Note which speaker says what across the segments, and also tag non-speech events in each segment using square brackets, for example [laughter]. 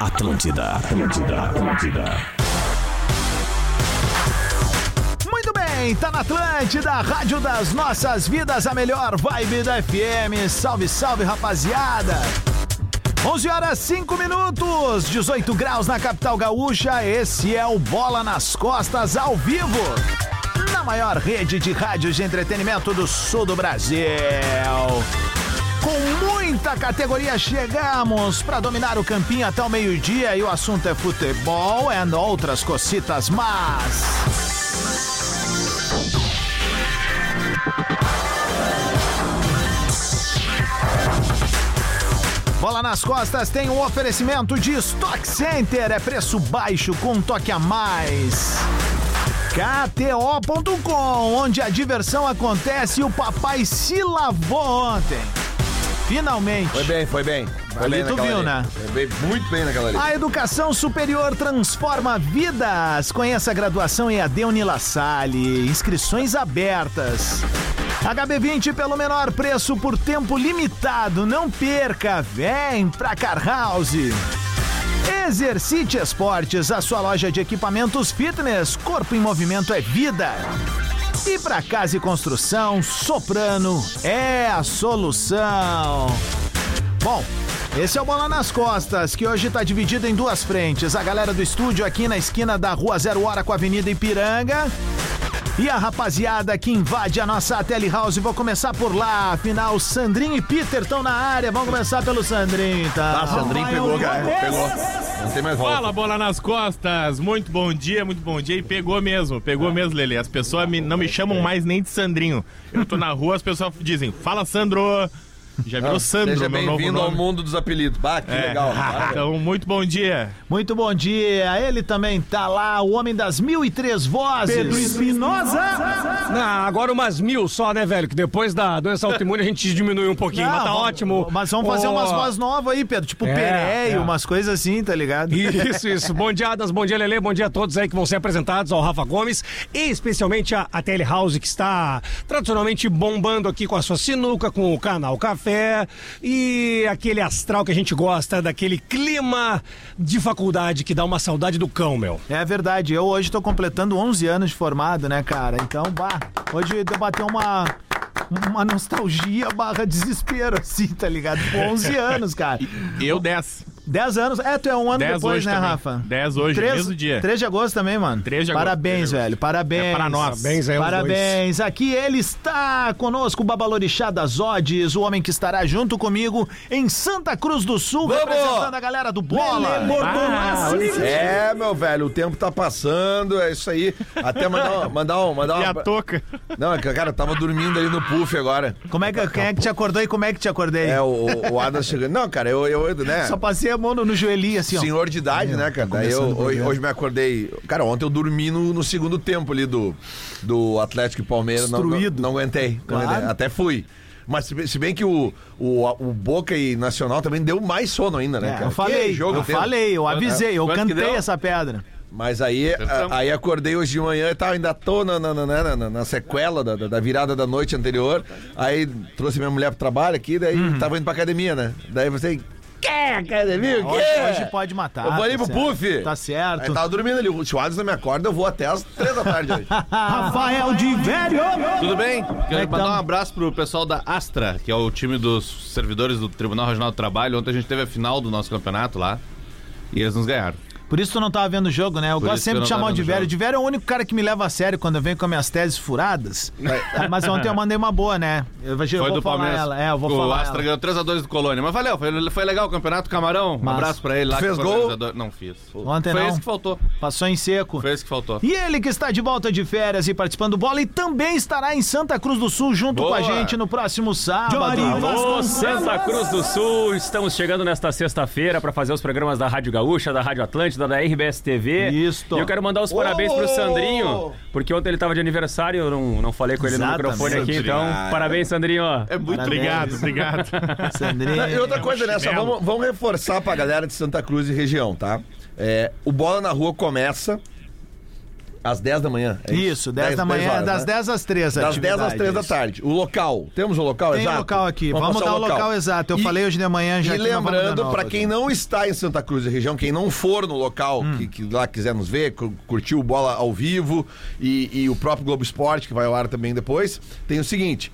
Speaker 1: Atlântida, Atlântida, Atlântida.
Speaker 2: Muito bem, tá na Atlântida, Rádio das Nossas Vidas, a melhor vibe da FM. Salve, salve, rapaziada. 11 horas 5 minutos, 18 graus na capital gaúcha. Esse é o Bola nas Costas ao vivo. Na maior rede de rádios de entretenimento do sul do Brasil. Com muita categoria chegamos para dominar o campinho até o meio-dia e o assunto é futebol e outras cocitas, mas Bola nas costas tem um oferecimento de Stock Center, é preço baixo com um toque a mais. KTO.com, onde a diversão acontece e o papai se lavou ontem. Finalmente.
Speaker 3: Foi bem, foi bem. Foi
Speaker 2: Ali
Speaker 3: bem
Speaker 2: tu
Speaker 3: naquela
Speaker 2: viu,
Speaker 3: ali.
Speaker 2: né?
Speaker 3: Foi bem, muito bem naquela ali.
Speaker 2: A educação superior transforma vidas. Conheça a graduação EAD Unila Salle. Inscrições abertas. HB20 pelo menor preço por tempo limitado. Não perca. Vem pra Car House. Exercite Esportes, a sua loja de equipamentos fitness. Corpo em movimento é vida. E para casa e construção, Soprano é a solução. Bom, esse é o Bola nas Costas, que hoje está dividido em duas frentes. A galera do estúdio aqui na esquina da Rua Zero Hora com a Avenida Ipiranga. E a rapaziada que invade a nossa telehouse, vou começar por lá. Afinal, Sandrinho e Peter estão na área. Vamos começar pelo Sandrinho, tá?
Speaker 3: Ah, Sandrinho pegou, cara. Pegou. Não tem mais volta.
Speaker 4: Fala, bola nas costas. Muito bom dia, muito bom dia. E pegou mesmo, pegou mesmo, Lele. As pessoas me- não me chamam mais nem de Sandrinho. Eu tô na rua, as pessoas dizem, fala Sandro. Já virou Sandro,
Speaker 3: Seja
Speaker 4: meu novo
Speaker 3: bem-vindo ao
Speaker 4: nome.
Speaker 3: mundo dos apelidos. Bah, que
Speaker 4: É.
Speaker 3: [laughs]
Speaker 4: [laughs]
Speaker 3: legal. Parabéns.
Speaker 4: Então, muito bom dia.
Speaker 2: Muito bom dia. Ele também tá lá, o homem das mil e três vozes.
Speaker 5: Pedro Espinosa. Não, agora umas mil só, né, velho? Que depois da doença autoimune a gente [laughs] diminui um pouquinho, mas tá
Speaker 2: vamos-
Speaker 5: ótimo.
Speaker 2: Mas vamos fazer
Speaker 5: Ô,
Speaker 2: umas vozes novas aí, Pedro. Tipo
Speaker 5: É,
Speaker 2: Pereio,
Speaker 5: é.
Speaker 2: umas coisas assim, tá ligado?
Speaker 5: Isso, isso. Bom dia, Adas. Bom dia, Lele. Bom dia a todos aí que vão ser apresentados ao Rafa Gomes e especialmente a, a Tele House, que está tradicionalmente bombando aqui com a sua sinuca, com o canal Café e aquele astral que a gente gosta, daquele clima de faculdade que dá uma saudade do cão, meu.
Speaker 2: É verdade, eu hoje tô completando 11 anos de formado, né, cara? Então, bah, hoje deu bater uma, uma nostalgia barra desespero, assim, tá ligado? Pô,
Speaker 5: [laughs]
Speaker 2: 11 anos, cara.
Speaker 4: Eu 10.
Speaker 2: 10 anos, é, tu é um ano
Speaker 4: 10
Speaker 2: depois,
Speaker 4: hoje
Speaker 2: né,
Speaker 4: também.
Speaker 2: Rafa?
Speaker 4: 10 hoje, mesmo dia.
Speaker 2: 3 de agosto também, mano.
Speaker 4: 3 de agosto,
Speaker 2: Parabéns,
Speaker 4: 3 de agosto.
Speaker 2: velho, parabéns.
Speaker 4: É pra nós.
Speaker 5: Parabéns aí aos dois.
Speaker 2: Parabéns, aqui ele está conosco, o Babalorixá das Odes, o homem que estará junto comigo em Santa Cruz do Sul,
Speaker 3: Vamos!
Speaker 2: representando a galera do Bola. Ah,
Speaker 4: assim.
Speaker 3: É, meu velho, o tempo tá passando, é isso aí. Até mandar, um- mandar um. Mandar
Speaker 4: E
Speaker 3: um
Speaker 4: a toca.
Speaker 3: Não, é que, cara, eu tava dormindo ali no puff agora.
Speaker 2: Como é que, quem é que te acordou e como é que te acordei?
Speaker 3: É, o, o Adas chegando. Não, cara, eu, eu né?
Speaker 2: Só passei a mão no, no joelhinho, assim, ó.
Speaker 3: Senhor de idade, né, cara? Daí eu, hoje, hoje me acordei. Cara, ontem eu dormi no, no segundo tempo ali do, do Atlético e Palmeiras. Não, não,
Speaker 2: Destruído.
Speaker 3: não aguentei. não
Speaker 2: Claro.
Speaker 3: aguentei. Até fui. Mas se bem, se bem que o, o, o Boca e Nacional também deu mais sono ainda, né,
Speaker 2: É,
Speaker 3: cara?
Speaker 2: eu falei,
Speaker 3: Que jogo
Speaker 2: eu
Speaker 3: teve.
Speaker 2: falei, eu avisei, eu
Speaker 4: Quanto que
Speaker 2: cantei
Speaker 4: deu?
Speaker 2: essa pedra.
Speaker 3: Mas aí, a- aí acordei hoje de manhã e tal, ainda tô na, na, na, na, na- na sequela da, da- da virada da noite anterior. Aí trouxe minha mulher pro trabalho aqui, daí
Speaker 2: Uhum.
Speaker 3: tava indo pra academia, né? Daí você. Que academia? O
Speaker 2: Hoje,
Speaker 3: quê?
Speaker 4: É,
Speaker 2: hoje pode matar.
Speaker 3: Eu vou ali
Speaker 2: tá
Speaker 3: pro
Speaker 2: certo.
Speaker 3: puff.
Speaker 2: Tá certo.
Speaker 3: Aí tava dormindo ali. O Chuados não me acorda, eu vou até às três da tarde
Speaker 2: [laughs]
Speaker 3: hoje.
Speaker 2: Rafael de Velho!
Speaker 6: Tudo bem?
Speaker 3: é
Speaker 6: Quero
Speaker 2: tamo?
Speaker 3: tá?
Speaker 6: mandar um abraço pro pessoal da Astra, que é o time dos servidores do Tribunal Regional do Trabalho. Ontem a gente teve a final do nosso campeonato lá e eles nos ganharam.
Speaker 2: Por isso tu não tava vendo o jogo, né? Eu
Speaker 6: Por
Speaker 2: gosto
Speaker 6: isso que eu
Speaker 2: sempre
Speaker 6: não
Speaker 2: de chamar
Speaker 6: tava
Speaker 2: o de
Speaker 6: vendo o
Speaker 2: velho. O
Speaker 6: jogo.
Speaker 2: de velho é o único cara que me leva a sério quando eu venho com as minhas teses furadas. [laughs] Mas ontem eu mandei uma boa, né? Eu, vou- eu
Speaker 6: Foi
Speaker 2: vou
Speaker 6: do
Speaker 2: falar
Speaker 6: Palmeiras.
Speaker 2: ela. É, eu vou
Speaker 6: o
Speaker 2: falar.
Speaker 6: Astra
Speaker 2: ela.
Speaker 6: ganhou 3x2 do Colônia. Mas valeu, foi, foi legal o campeonato. Camarão, um
Speaker 2: Massa.
Speaker 6: abraço pra ele lá.
Speaker 3: Fez
Speaker 6: que foi
Speaker 3: gol?
Speaker 6: organizador. Não fiz.
Speaker 2: Ontem
Speaker 6: foi
Speaker 2: não.
Speaker 6: esse que faltou.
Speaker 2: Passou em seco.
Speaker 6: Foi esse que faltou.
Speaker 2: E ele que está de volta de férias e participando do bola e também estará em Santa Cruz do Sul junto com a
Speaker 6: Boa.
Speaker 2: gente no próximo sábado.
Speaker 7: Alô, Santa Cruz do Sul, estamos chegando nesta sexta-feira para fazer os programas da Rádio Gaúcha, da Rádio Atlântida, da RBS TV.
Speaker 2: Isto.
Speaker 7: E eu quero mandar os parabéns pro Sandrinho, porque ontem ele tava de aniversário, eu não, não falei com ele
Speaker 2: Exatamente.
Speaker 7: no microfone aqui,
Speaker 6: Sandrinho.
Speaker 7: então parabéns, Sandrinho.
Speaker 6: É muito
Speaker 4: Obrigado, obrigado. [laughs]
Speaker 2: Sandrinho.
Speaker 3: E outra coisa, né?
Speaker 2: É
Speaker 3: Só
Speaker 4: chinelo.
Speaker 3: vamos, vamos reforçar pra galera de Santa Cruz e região, tá? É, o Bola na Rua começa Às 10 da manhã. é
Speaker 2: Isso, 10 da manhã,
Speaker 3: horas,
Speaker 2: das
Speaker 3: né?
Speaker 2: 10 às 3
Speaker 3: Das 10 às 3 da tarde. O local. Temos o local
Speaker 2: Tem um
Speaker 3: exato?
Speaker 2: local aqui, vamos,
Speaker 3: passar
Speaker 2: dar o local, exato. Eu falei hoje de manhã [laughs] já
Speaker 3: E
Speaker 2: que não vamos dar
Speaker 3: lembrando,
Speaker 2: nova,
Speaker 3: para quem não está em Santa Cruz e região, quem não for no local,
Speaker 2: Hum.
Speaker 3: que, que lá quiser nos ver, cu- curtir o Bola ao vivo e, e o próprio Globo Esporte, que vai ao ar também depois, tem o seguinte.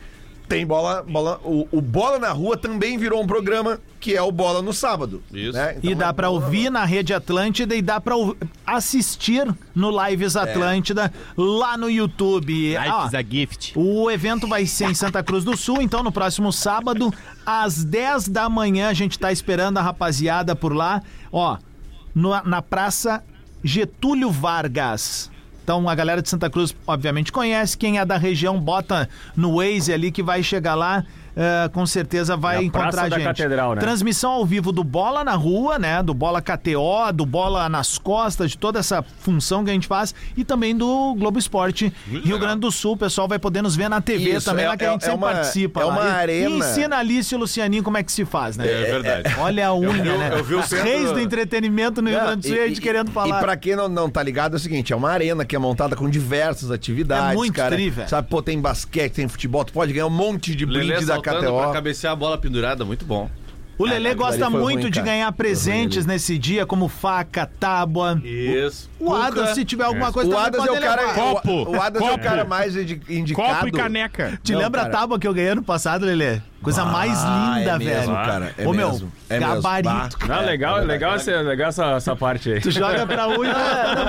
Speaker 3: Tem bola, bola o, o Bola na Rua também virou um programa que é o Bola no Sábado.
Speaker 6: Isso.
Speaker 3: né? Então
Speaker 2: E dá
Speaker 3: é
Speaker 2: pra
Speaker 3: Bola na
Speaker 2: ouvir na Rede Atlântida e dá pra ou- assistir no Lives
Speaker 7: É.
Speaker 2: Atlântida lá no YouTube.
Speaker 4: Life is
Speaker 2: Ah,
Speaker 4: a gift.
Speaker 2: o evento vai ser em Santa Cruz do Sul, então no próximo sábado, às 10 da manhã, a gente tá esperando a rapaziada por lá, ó, no- na Praça Getúlio Vargas. Então a galera de Santa Cruz obviamente conhece, quem é da região bota no Waze ali que vai chegar lá, eh, com certeza vai
Speaker 7: Na
Speaker 2: encontrar
Speaker 7: Praça
Speaker 2: a
Speaker 7: da
Speaker 2: gente.
Speaker 7: Catedral, né?
Speaker 2: Transmissão ao vivo do Bola na Rua, né? Do Bola KTO, do Bola nas Costas, de toda essa função que a gente faz. E também do Globo Esporte Rio Grande do Sul. O pessoal vai poder nos ver na TV
Speaker 3: Isso,
Speaker 2: também,
Speaker 3: é-
Speaker 2: lá que a gente
Speaker 3: é- é
Speaker 2: sempre
Speaker 3: uma-
Speaker 2: participa.
Speaker 3: é
Speaker 2: lá.
Speaker 3: uma
Speaker 2: E-
Speaker 3: arena.
Speaker 2: E ensina a Alice e o Lucianinho como é que se faz, né?
Speaker 6: É verdade.
Speaker 2: Olha a unha, né?
Speaker 6: eu vi o
Speaker 2: Os
Speaker 6: centro-
Speaker 2: reis do entretenimento no Rio Grande do Sul, e, a gente querendo falar.
Speaker 3: ah, E pra quem não, não tá ligado, é o seguinte: é uma arena que é montada com diversas atividades.
Speaker 2: É muito
Speaker 3: cara.
Speaker 2: tri, velho.
Speaker 3: Sabe, pô, tem basquete, tem futebol, tu pode ganhar um monte de
Speaker 6: Lelê
Speaker 3: brinde da
Speaker 6: saltando pra
Speaker 3: KTO.
Speaker 6: cabecear a bola pendurada, muito bom.
Speaker 2: O Lelê
Speaker 3: aquilo ali
Speaker 2: gosta
Speaker 3: foi
Speaker 2: muito
Speaker 3: ruim,
Speaker 2: de
Speaker 3: cara.
Speaker 2: ganhar presentes
Speaker 3: ali.
Speaker 2: nesse dia, como faca, tábua.
Speaker 6: Isso.
Speaker 2: O Adas, se tiver alguma coisa,
Speaker 3: O
Speaker 2: também
Speaker 3: Adas é
Speaker 2: pode
Speaker 3: o cara.
Speaker 2: levar.
Speaker 4: Copo.
Speaker 3: O, o Adas é o
Speaker 4: Copo.
Speaker 3: cara mais indi- indicado.
Speaker 4: Copo e caneca.
Speaker 2: Te
Speaker 3: Não,
Speaker 2: lembra
Speaker 3: cara.
Speaker 2: a tábua que eu ganhei ano passado, Lelê? Coisa mais
Speaker 3: Ah,
Speaker 2: linda,
Speaker 3: é mesmo,
Speaker 2: velho.
Speaker 3: cara, é
Speaker 2: Ô, meu,
Speaker 3: mesmo, é mesmo.
Speaker 2: gabarito.
Speaker 3: Bah.
Speaker 2: cara.
Speaker 7: Ah, legal, legal, esse- legal essa, essa parte aí.
Speaker 2: Tu joga pra um e
Speaker 3: [laughs] É,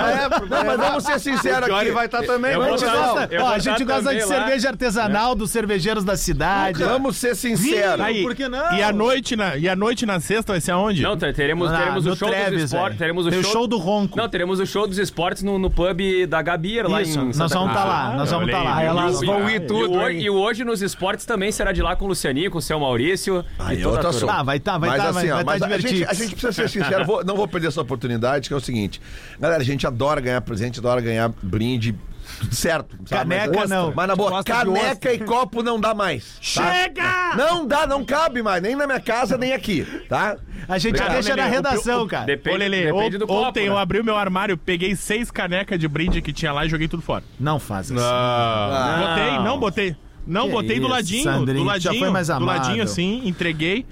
Speaker 3: não, mas vamos ser sinceros aqui. vai
Speaker 2: tá
Speaker 3: estar também.
Speaker 7: eu vou
Speaker 3: Vamos,
Speaker 2: A gente
Speaker 7: botar-
Speaker 2: gosta,
Speaker 7: eu
Speaker 2: ó,
Speaker 7: vou
Speaker 2: a gente
Speaker 7: botar
Speaker 2: gosta de
Speaker 7: também lá.
Speaker 2: cerveja artesanal dos cervejeiros da cidade.
Speaker 3: vamos ser sinceros.
Speaker 4: Aí,
Speaker 2: por que não?
Speaker 4: E a noite na, e a noite na sexta vai ser aonde?
Speaker 7: Não, te- teremos,
Speaker 2: Ah,
Speaker 7: teremos
Speaker 2: no
Speaker 7: o show
Speaker 2: Treves,
Speaker 7: dos esportes.
Speaker 2: velho.
Speaker 7: Teremos o
Speaker 2: Tem
Speaker 7: show...
Speaker 2: o show do Ronco.
Speaker 7: Não, teremos o show dos esportes no, no pub da Gabir lá
Speaker 2: Isso,
Speaker 7: em
Speaker 2: nós
Speaker 7: Santa
Speaker 2: vamos
Speaker 7: Cruz.
Speaker 2: tá lá, nós
Speaker 4: Ah,
Speaker 2: vamos
Speaker 4: olha
Speaker 2: tá
Speaker 4: aí,
Speaker 2: lá.
Speaker 4: viu?
Speaker 2: Elas vão
Speaker 7: E
Speaker 2: ir
Speaker 7: o, hoje, e o Hoje nos Esportes também será de lá com o Lucianinho, com o seu Maurício.
Speaker 3: Aí
Speaker 7: e
Speaker 3: é
Speaker 7: toda
Speaker 3: outro
Speaker 7: a turma.
Speaker 3: assunto.
Speaker 2: Ah, vai tá, vai
Speaker 3: mas
Speaker 2: tá, vai-
Speaker 3: assim, ó,
Speaker 2: vai tá
Speaker 3: mas a,
Speaker 2: divertido.
Speaker 3: gente, a gente precisa ser sincero, vou- não vou perder essa oportunidade, que é o seguinte. Galera, a gente adora ganhar presente, adora ganhar brinde, tudo certo. sabe?
Speaker 2: Caneca
Speaker 3: mas,
Speaker 2: não.
Speaker 3: Mas na boa,
Speaker 2: Gosta de ostra.
Speaker 3: caneca e copo não dá mais. Chega! Não dá, não cabe mais, nem na minha casa, nem aqui, tá?
Speaker 2: A gente
Speaker 4: Cara,
Speaker 2: deixa
Speaker 4: Lelê,
Speaker 2: na
Speaker 4: o-
Speaker 2: redação,
Speaker 4: o-
Speaker 2: cara.
Speaker 7: Depende,
Speaker 4: Ô, Lelê,
Speaker 7: depende
Speaker 4: on-
Speaker 7: do copo,
Speaker 4: ontem
Speaker 7: né?
Speaker 4: eu abri o meu armário, peguei seis canecas de brinde que tinha lá e joguei tudo fora.
Speaker 2: Não faz isso.
Speaker 7: Ah,
Speaker 4: Não. Botei, não botei. Não,
Speaker 2: Que
Speaker 4: botei do
Speaker 2: isso,
Speaker 4: ladinho,
Speaker 2: Sandrinho,
Speaker 4: do
Speaker 2: tu já
Speaker 4: ladinho,
Speaker 2: foi mais
Speaker 4: do
Speaker 2: amável.
Speaker 4: ladinho assim, entreguei,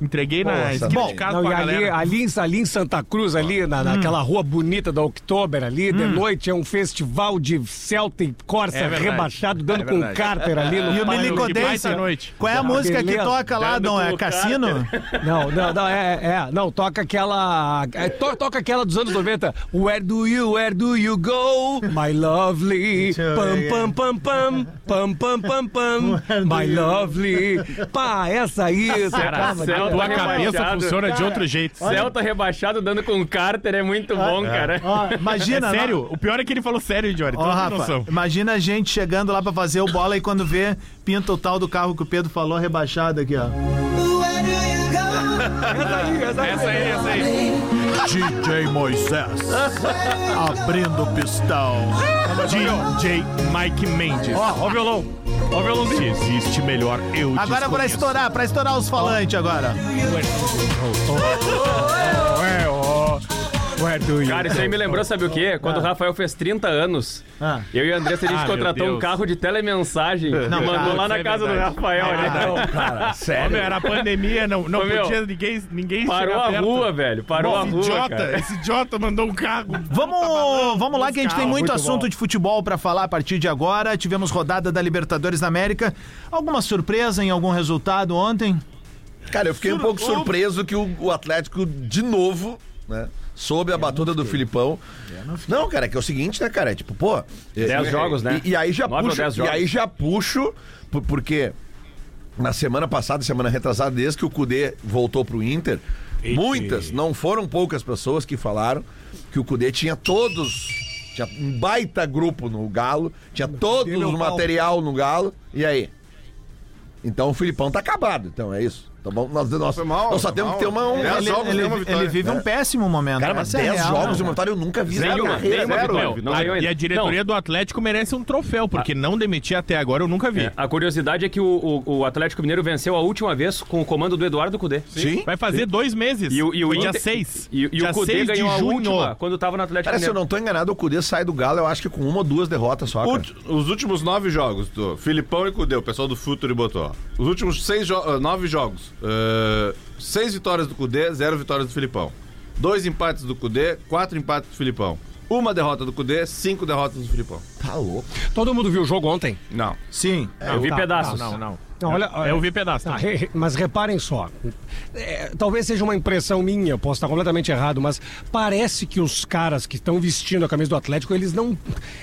Speaker 4: entreguei na
Speaker 3: Nossa,
Speaker 4: esquina
Speaker 3: bom,
Speaker 4: de casa
Speaker 5: Não,
Speaker 4: pra
Speaker 5: e ali,
Speaker 4: galera.
Speaker 5: ali, em- ali em Santa Cruz, ali na, naquela rua bonita da Oktober, ali de noite, é um festival de Celta e Corsa
Speaker 4: É verdade.
Speaker 5: rebaixado, dando
Speaker 4: É
Speaker 5: com
Speaker 4: verdade.
Speaker 5: Carter ali no
Speaker 2: E o
Speaker 5: palco.
Speaker 4: Milico- que
Speaker 2: Milicodense,
Speaker 4: baita noite.
Speaker 2: qual é a
Speaker 5: Ah,
Speaker 2: música que
Speaker 5: beleza.
Speaker 2: toca lá,
Speaker 7: Dando
Speaker 2: Dom? É
Speaker 7: pro cara. [laughs]
Speaker 2: Cassino?
Speaker 5: Não, não, não, é, é, não, toca aquela, é, to- toca aquela dos anos 90. Where do you, where do you go, my lovely,
Speaker 2: eu ver.
Speaker 5: pam, pam, pam, pam, pam, pam, pam, pam, my lovely. Pá, essa aí,
Speaker 7: Cara,
Speaker 5: tocava
Speaker 7: Celta
Speaker 4: Tua cabeça
Speaker 7: rebaixado.
Speaker 4: funciona de outro jeito.
Speaker 7: Celta rebaixado dando com Carter é muito bom, cara.
Speaker 2: Ó, imagina,
Speaker 4: É
Speaker 2: né?
Speaker 4: sério, o pior é que ele falou sério, Jordi.
Speaker 2: Ó,
Speaker 4: tu não tem
Speaker 2: Rafa,
Speaker 4: noção.
Speaker 2: imagina a gente chegando lá pra fazer o bola e quando vê, pinta o tal do carro que o Pedro falou rebaixado aqui, ó.
Speaker 4: Essa aí, essa aí.
Speaker 2: DJ Moisés abrindo pistão.
Speaker 4: DJ Então, Mike Mendes. Ó, o violão. Ó o violãozinho. Se existe melhor, eu
Speaker 2: Agora pra
Speaker 4: desconheço.
Speaker 2: estourar, pra estourar os falantes agora.
Speaker 5: Ué, ó, where do you
Speaker 7: Cara, isso aí me lembrou, sabe o quê? Quando o Rafael fez 30 anos,
Speaker 2: Ah.
Speaker 7: eu e a Andressa, a gente
Speaker 4: Ah, meu
Speaker 7: contratou um
Speaker 4: Deus.
Speaker 7: carro de telemensagem
Speaker 2: Não,
Speaker 7: e mandou
Speaker 2: cara,
Speaker 7: lá
Speaker 4: isso
Speaker 7: na
Speaker 4: é
Speaker 7: casa
Speaker 4: verdade.
Speaker 7: do Rafael. né?
Speaker 4: Ó, meu, era pandemia, não, não
Speaker 7: Ô, meu,
Speaker 4: podia ninguém, ninguém
Speaker 7: Parou
Speaker 4: chegar
Speaker 7: a
Speaker 4: perto.
Speaker 7: rua, velho. Parou a
Speaker 4: esse
Speaker 7: rua,
Speaker 4: idiota,
Speaker 7: cara.
Speaker 4: esse idiota mandou um carro.
Speaker 2: Vamos, vamos lá que a gente tem muito
Speaker 5: muito
Speaker 2: assunto
Speaker 5: bom.
Speaker 2: de futebol pra falar a partir de agora. Tivemos rodada da Libertadores da América. Alguma surpresa em algum resultado ontem?
Speaker 3: Cara, eu fiquei um pouco surpreso que o, o Atlético, de novo, né? Sob a batuta do Filipão. Não, cara, é que é o seguinte, né, cara? É tipo, pô.
Speaker 7: Dez
Speaker 3: é-
Speaker 7: jogos, né?
Speaker 3: E, e aí já
Speaker 7: Nove ou
Speaker 3: puxo.
Speaker 7: dez
Speaker 3: E
Speaker 7: jogos.
Speaker 3: aí já puxo, por- porque na semana passada, semana retrasada, desde que o Cudê voltou pro Inter, muitas, não foram poucas pessoas que falaram que o Cudê tinha todos. Tinha um baita grupo no Galo, tinha todo
Speaker 5: meu
Speaker 3: o
Speaker 5: pau.
Speaker 3: material no Galo. E aí? Então o Filipão tá acabado, então é isso. Tá bom? Nós, nós,
Speaker 8: Foi mal,
Speaker 3: nós só
Speaker 8: foi
Speaker 3: temos
Speaker 8: mal.
Speaker 3: que ter uma. um-
Speaker 8: Dez
Speaker 3: Ele-
Speaker 8: jogos,
Speaker 3: ele-
Speaker 8: nenhuma
Speaker 3: ele-
Speaker 8: vitória.
Speaker 2: Ele vive um péssimo momento.
Speaker 3: Cara, mas
Speaker 2: essa é
Speaker 3: 10
Speaker 2: real,
Speaker 3: jogos de
Speaker 2: né?
Speaker 3: uma vitória eu nunca
Speaker 4: é
Speaker 3: vi. na
Speaker 7: Nenhuma,
Speaker 3: carreira.
Speaker 7: nenhuma
Speaker 8: zero,
Speaker 7: vitória. Não ganhou
Speaker 4: Tá, E
Speaker 7: ainda.
Speaker 4: a diretoria
Speaker 7: Não,
Speaker 4: do Atlético merece um troféu, porque não demitir até agora eu nunca vi.
Speaker 7: A curiosidade é que o, o- o Atlético Mineiro venceu a última vez com o comando do Eduardo Cudê.
Speaker 3: Sim.
Speaker 4: Vai fazer dois meses.
Speaker 7: E o, e o
Speaker 4: Foi dia
Speaker 7: Inter-
Speaker 4: 6.
Speaker 7: E, e o Cudê ganhou a última quando tava no Atlético
Speaker 3: Cara, se eu
Speaker 7: Mineiro.
Speaker 3: não tô enganado, o Cudê sai do Galo, eu acho que com uma ou duas derrotas só. cara.
Speaker 6: Ulti- Os últimos nove jogos do Filipão e Cudê, o pessoal do Futuri botou. Os últimos seis jo- ah, nove jogos. ah, seis vitórias do Cudê, zero vitórias do Filipão. Dois empates do Cudê, quatro empates do Filipão. Uma derrota do Cudê, cinco derrotas do Filipão.
Speaker 3: Tá louco.
Speaker 5: Todo mundo viu o jogo ontem?
Speaker 6: Não.
Speaker 2: Sim.
Speaker 7: eu vi
Speaker 5: Tá,
Speaker 7: pedaços.
Speaker 5: tá,
Speaker 4: Não, não.
Speaker 5: Não, olha,
Speaker 4: É, Eu vi pedaço.
Speaker 5: Tá, re- re- mas reparem só, É, talvez seja uma impressão minha, posso estar completamente errado, mas parece que os caras que estão vestindo a camisa do Atlético, eles não.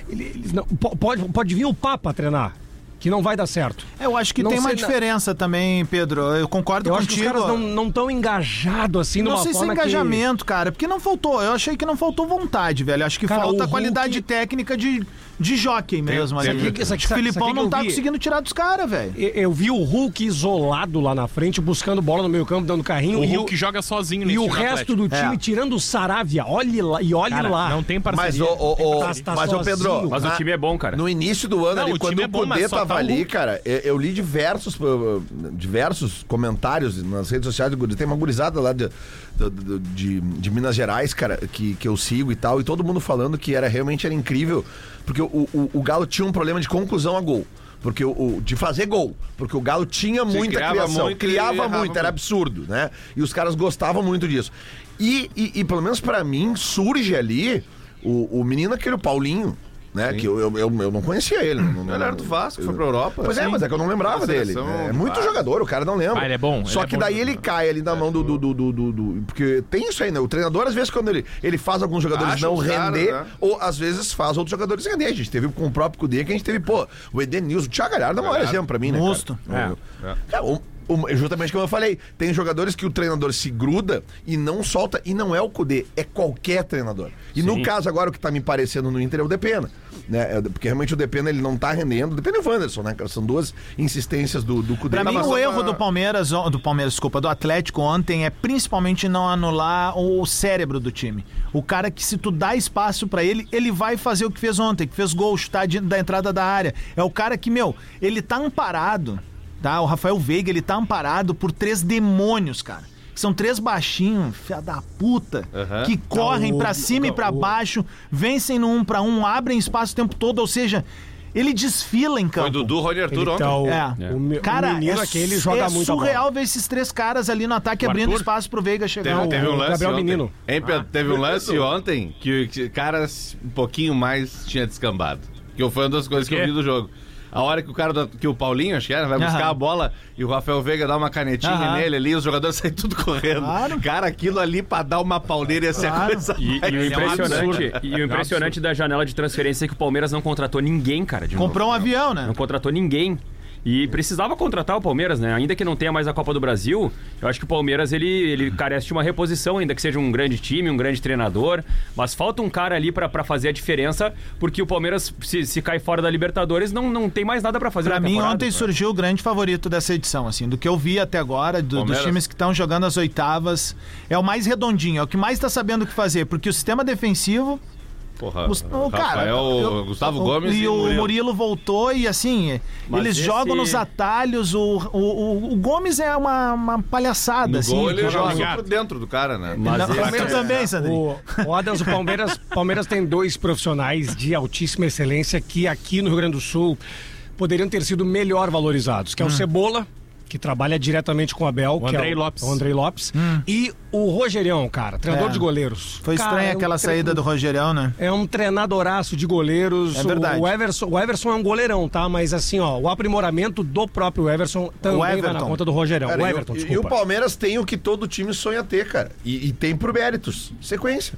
Speaker 5: ele- Eles não po- pode, pode vir o Papa treinar, que não vai dar certo.
Speaker 2: Eu acho que
Speaker 5: Não
Speaker 2: tem uma
Speaker 5: sei na-
Speaker 2: diferença também, Pedro. Eu concordo
Speaker 5: Eu acho que os
Speaker 2: contigo.
Speaker 5: caras não estão engajados assim
Speaker 2: Não
Speaker 5: numa
Speaker 2: sei se é
Speaker 5: forma que-
Speaker 2: engajamento, cara, porque não faltou. Eu achei que não faltou vontade, velho. Acho que
Speaker 5: Cara, o
Speaker 2: falta
Speaker 5: Hulk-
Speaker 2: qualidade técnica de, de jockey mesmo.
Speaker 5: tem-
Speaker 2: ali.
Speaker 5: isso aqui- isso aqui-
Speaker 2: Acho que o
Speaker 5: isso aqui
Speaker 2: Filipão
Speaker 5: que
Speaker 2: não
Speaker 5: eu
Speaker 2: tá
Speaker 5: vi.
Speaker 2: conseguindo tirar dos caras, velho.
Speaker 5: E- Eu vi o Hulk isolado lá na frente, buscando bola no meio campo, dando carrinho.
Speaker 4: O
Speaker 5: e
Speaker 4: Hulk joga sozinho
Speaker 5: e
Speaker 4: nesse
Speaker 5: o
Speaker 4: time do
Speaker 5: resto
Speaker 4: Atlético.
Speaker 5: do time
Speaker 2: É.
Speaker 5: tirando o Saravia. Olhe lá, e olhe
Speaker 4: Cara,
Speaker 5: lá.
Speaker 4: Não tem
Speaker 3: Mas,
Speaker 4: parceria.
Speaker 3: ô, ô, ô,
Speaker 5: Tá- tá
Speaker 3: mas, ô Pedro,
Speaker 5: sozinho.
Speaker 7: Mas
Speaker 4: Ah.
Speaker 3: na-
Speaker 7: o time é bom, cara.
Speaker 3: No início do ano,
Speaker 4: Não,
Speaker 3: ali,
Speaker 4: o
Speaker 3: quando
Speaker 4: time é
Speaker 3: o
Speaker 4: bom,
Speaker 3: Cudê
Speaker 4: mas só
Speaker 3: tava
Speaker 4: tá o
Speaker 3: ali,
Speaker 4: Hulk.
Speaker 3: cara, eu, eu li diversos, uh, diversos comentários nas redes sociais do Cudê. Tem uma gurizada lá de, do- do- de, de Minas Gerais, cara, que, que eu sigo e tal, e todo mundo falando que era realmente era incrível, porque o, o, o Galo tinha um problema de conclusão a gol. Porque o, o- de fazer gol, porque o Galo tinha muita
Speaker 6: criava
Speaker 3: criação,
Speaker 6: muito e
Speaker 3: criava
Speaker 6: errava
Speaker 3: muito, era
Speaker 6: muito.
Speaker 3: absurdo, né? E os caras gostavam muito disso. E, e- e, pelo menos pra mim, surge ali o, o menino aquele, o Paulinho, né? Que eu, eu, eu, eu não conhecia ele. Não, não,
Speaker 6: Ele era do Vasco, foi pra Europa.
Speaker 3: Pois é, mas é que eu não lembrava
Speaker 6: Da
Speaker 3: dele.
Speaker 6: seleção,
Speaker 3: É
Speaker 6: do
Speaker 3: muito
Speaker 6: Vasco.
Speaker 3: jogador, o cara não lembra.
Speaker 4: Ah, ele é bom,
Speaker 3: Só
Speaker 4: ele é
Speaker 3: que
Speaker 4: bom
Speaker 3: daí ele
Speaker 4: jogador.
Speaker 3: cai ali
Speaker 6: É,
Speaker 3: na mão do, do, do, do, do- do- Porque tem isso aí, né? O treinador, às vezes, quando ele, ele faz alguns jogadores
Speaker 6: Acha
Speaker 3: não
Speaker 6: os caras,
Speaker 3: render,
Speaker 6: né?
Speaker 3: ou às vezes faz outros jogadores render. A gente teve com o próprio Cudê, que a gente teve, pô, o Edenilson, o Thiago Galhardo é o maior exemplo pra mim, né? cara?
Speaker 2: Musto.
Speaker 3: É. Cara, o- o- justamente como eu falei, tem jogadores que o treinador se gruda e não solta, e não é o Cudê, é qualquer treinador. E no caso agora, o que tá me parecendo no Inter é o Depena. Né? É, Porque realmente o Depena ele não tá rendendo. O Depena e o Wanderson, né, cara? São duas insistências do, do Cudê.
Speaker 2: Pra
Speaker 3: Tá
Speaker 2: mim,
Speaker 3: passando
Speaker 2: o erro
Speaker 3: uma-
Speaker 2: do Palmeiras, on- do Palmeiras, desculpa, do Atlético ontem é principalmente não anular o cérebro do time. O cara que, se tu dá espaço pra ele, ele vai fazer o que fez ontem, que fez gol, chutar de- da entrada da área. É o cara que, meu, ele tá amparado, tá? O Rafael Veiga, ele tá amparado por três demônios, cara. Que São três baixinhos, filha da puta, que correm pra cima e pra baixo, vencem no um pra um, abrem espaço o tempo todo, ou seja, ele desfila em
Speaker 6: Foi
Speaker 2: campo.
Speaker 6: Dudu, Rony e Arthur
Speaker 3: tá
Speaker 6: ontem.
Speaker 5: Então,
Speaker 2: É.
Speaker 5: o, me-
Speaker 2: Cara,
Speaker 5: o menino
Speaker 2: é,
Speaker 5: aquele
Speaker 2: su-
Speaker 5: joga
Speaker 2: é
Speaker 5: muito
Speaker 2: surreal
Speaker 5: a bola.
Speaker 2: ver esses três caras ali no ataque
Speaker 4: O
Speaker 2: abrindo
Speaker 4: Arthur?
Speaker 2: espaço pro Veiga chegar.
Speaker 6: Teve,
Speaker 2: Não,
Speaker 6: teve um
Speaker 5: o
Speaker 6: lance
Speaker 5: Gabriel
Speaker 6: ontem.
Speaker 5: Menino.
Speaker 6: Hein,
Speaker 2: Ah.
Speaker 6: Pedro? teve um lance ontem que, que caras um pouquinho mais tinha descambado. Que foi uma das coisas que eu
Speaker 4: quê?
Speaker 6: vi do jogo. A hora que o cara, do- que o Paulinho, acho que era, vai buscar
Speaker 2: Aham.
Speaker 6: a bola e o Rafael Veiga dá uma canetinha
Speaker 2: Aham.
Speaker 6: nele ali, os jogadores [laughs] saem tudo correndo.
Speaker 2: Claro.
Speaker 6: Cara, aquilo ali pra dar uma pauleira ia ser a
Speaker 2: Claro.
Speaker 6: coisa.
Speaker 7: E, e o
Speaker 6: mais-
Speaker 7: impressionante, e o impressionante da janela de transferência é que o Palmeiras não contratou ninguém, cara. de novo.
Speaker 2: Comprou um avião, né?
Speaker 7: Não contratou ninguém. E precisava contratar o Palmeiras, né? Ainda que não tenha mais a Copa do Brasil, eu acho que o Palmeiras ele, ele carece de uma reposição, ainda que seja um grande time, um grande treinador. Mas falta um cara ali pra pra fazer a diferença, porque o Palmeiras, se, se cai fora da Libertadores, não, não tem mais nada pra fazer
Speaker 2: Pra
Speaker 7: na
Speaker 2: mim,
Speaker 7: temporada. né?
Speaker 2: ontem surgiu o grande favorito dessa edição, assim, do que eu vi até agora, do- dos
Speaker 6: Palmeiras.
Speaker 2: times que estão jogando as oitavas. É o mais redondinho, é o que mais tá sabendo o que fazer, porque o sistema defensivo.
Speaker 6: Porra,
Speaker 2: os- o cara.
Speaker 6: Rafael,
Speaker 2: eu-
Speaker 6: Gustavo
Speaker 2: o-
Speaker 6: Gomes
Speaker 2: E, o Murilo.
Speaker 6: Murilo.
Speaker 2: voltou, e assim,
Speaker 7: Mas
Speaker 2: eles
Speaker 7: esse-
Speaker 2: jogam nos atalhos. O, o, o- o Gomes é uma, uma palhaçada,
Speaker 6: No
Speaker 2: assim.
Speaker 6: gol ele
Speaker 2: que joga.
Speaker 6: joga por dentro do cara, né?
Speaker 2: Não,
Speaker 7: Mas
Speaker 2: tu também, Sandrinho.
Speaker 5: O, o Adams, o Palmeiras, Palmeiras tem dois profissionais de altíssima excelência que aqui no Rio Grande do Sul poderiam ter sido melhor valorizados, que é o Cebola, que trabalha diretamente com o Abel,
Speaker 4: O
Speaker 5: que
Speaker 4: Andrei
Speaker 5: é o,
Speaker 4: Lopes.
Speaker 5: o Andrei Lopes, e o Rogerião, cara, treinador
Speaker 2: É.
Speaker 5: de goleiros.
Speaker 2: Foi
Speaker 5: Cara,
Speaker 2: estranha
Speaker 5: é um
Speaker 2: aquela
Speaker 5: tre-
Speaker 2: saída do Rogerão, né?
Speaker 5: É um treinadoraço de goleiros.
Speaker 2: É verdade.
Speaker 5: O Everson, o Everson é um goleirão, tá? Mas assim, ó, o aprimoramento do próprio Everson também vai na
Speaker 2: Everton.
Speaker 5: conta do Rogerão.
Speaker 3: Cara,
Speaker 5: o
Speaker 3: e
Speaker 5: Everton,
Speaker 3: e-
Speaker 5: desculpa.
Speaker 3: e o Palmeiras tem o que todo time sonha ter, cara. E, e tem por méritos. Sequência.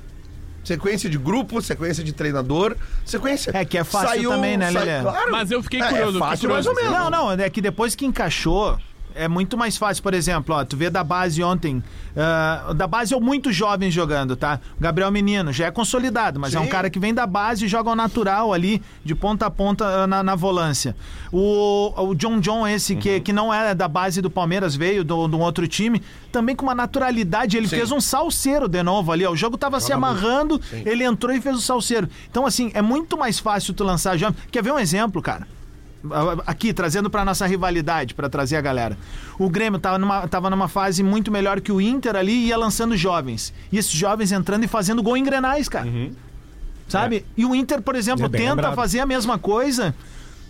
Speaker 3: Sequência de grupo, sequência de treinador, sequência.
Speaker 2: É que é fácil também, né, Lelê?
Speaker 3: claro.
Speaker 4: Mas eu fiquei
Speaker 3: É,
Speaker 4: curioso,
Speaker 3: É
Speaker 4: fiquei
Speaker 3: fácil
Speaker 4: curioso.
Speaker 3: mais ou menos.
Speaker 2: Não, não, é que depois que encaixou, É muito mais fácil, por exemplo, ó, tu vê da base ontem. ah, da base é muito jovem jogando, tá? O Gabriel Menino já é consolidado, mas é um cara que vem da base e joga ao natural ali, de ponta a ponta ah, na, na volância. O, o John John, esse que, que não era da base do Palmeiras, veio do- de um outro time, também com uma naturalidade. Ele fez um salseiro de novo ali, ó. O jogo tava se amarrando, ele entrou e fez o salseiro. Então, assim, é muito mais fácil tu lançar jovem. Quer ver um exemplo, cara? aqui trazendo pra nossa rivalidade, pra trazer a galera. O Grêmio tava numa, tava numa fase muito melhor que o Inter ali e ia lançando jovens. E esses jovens entrando e fazendo gol em grenais, cara. Sabe? E o Inter, por exemplo,
Speaker 5: É bem
Speaker 2: tenta
Speaker 5: lembrado.
Speaker 2: fazer a mesma coisa.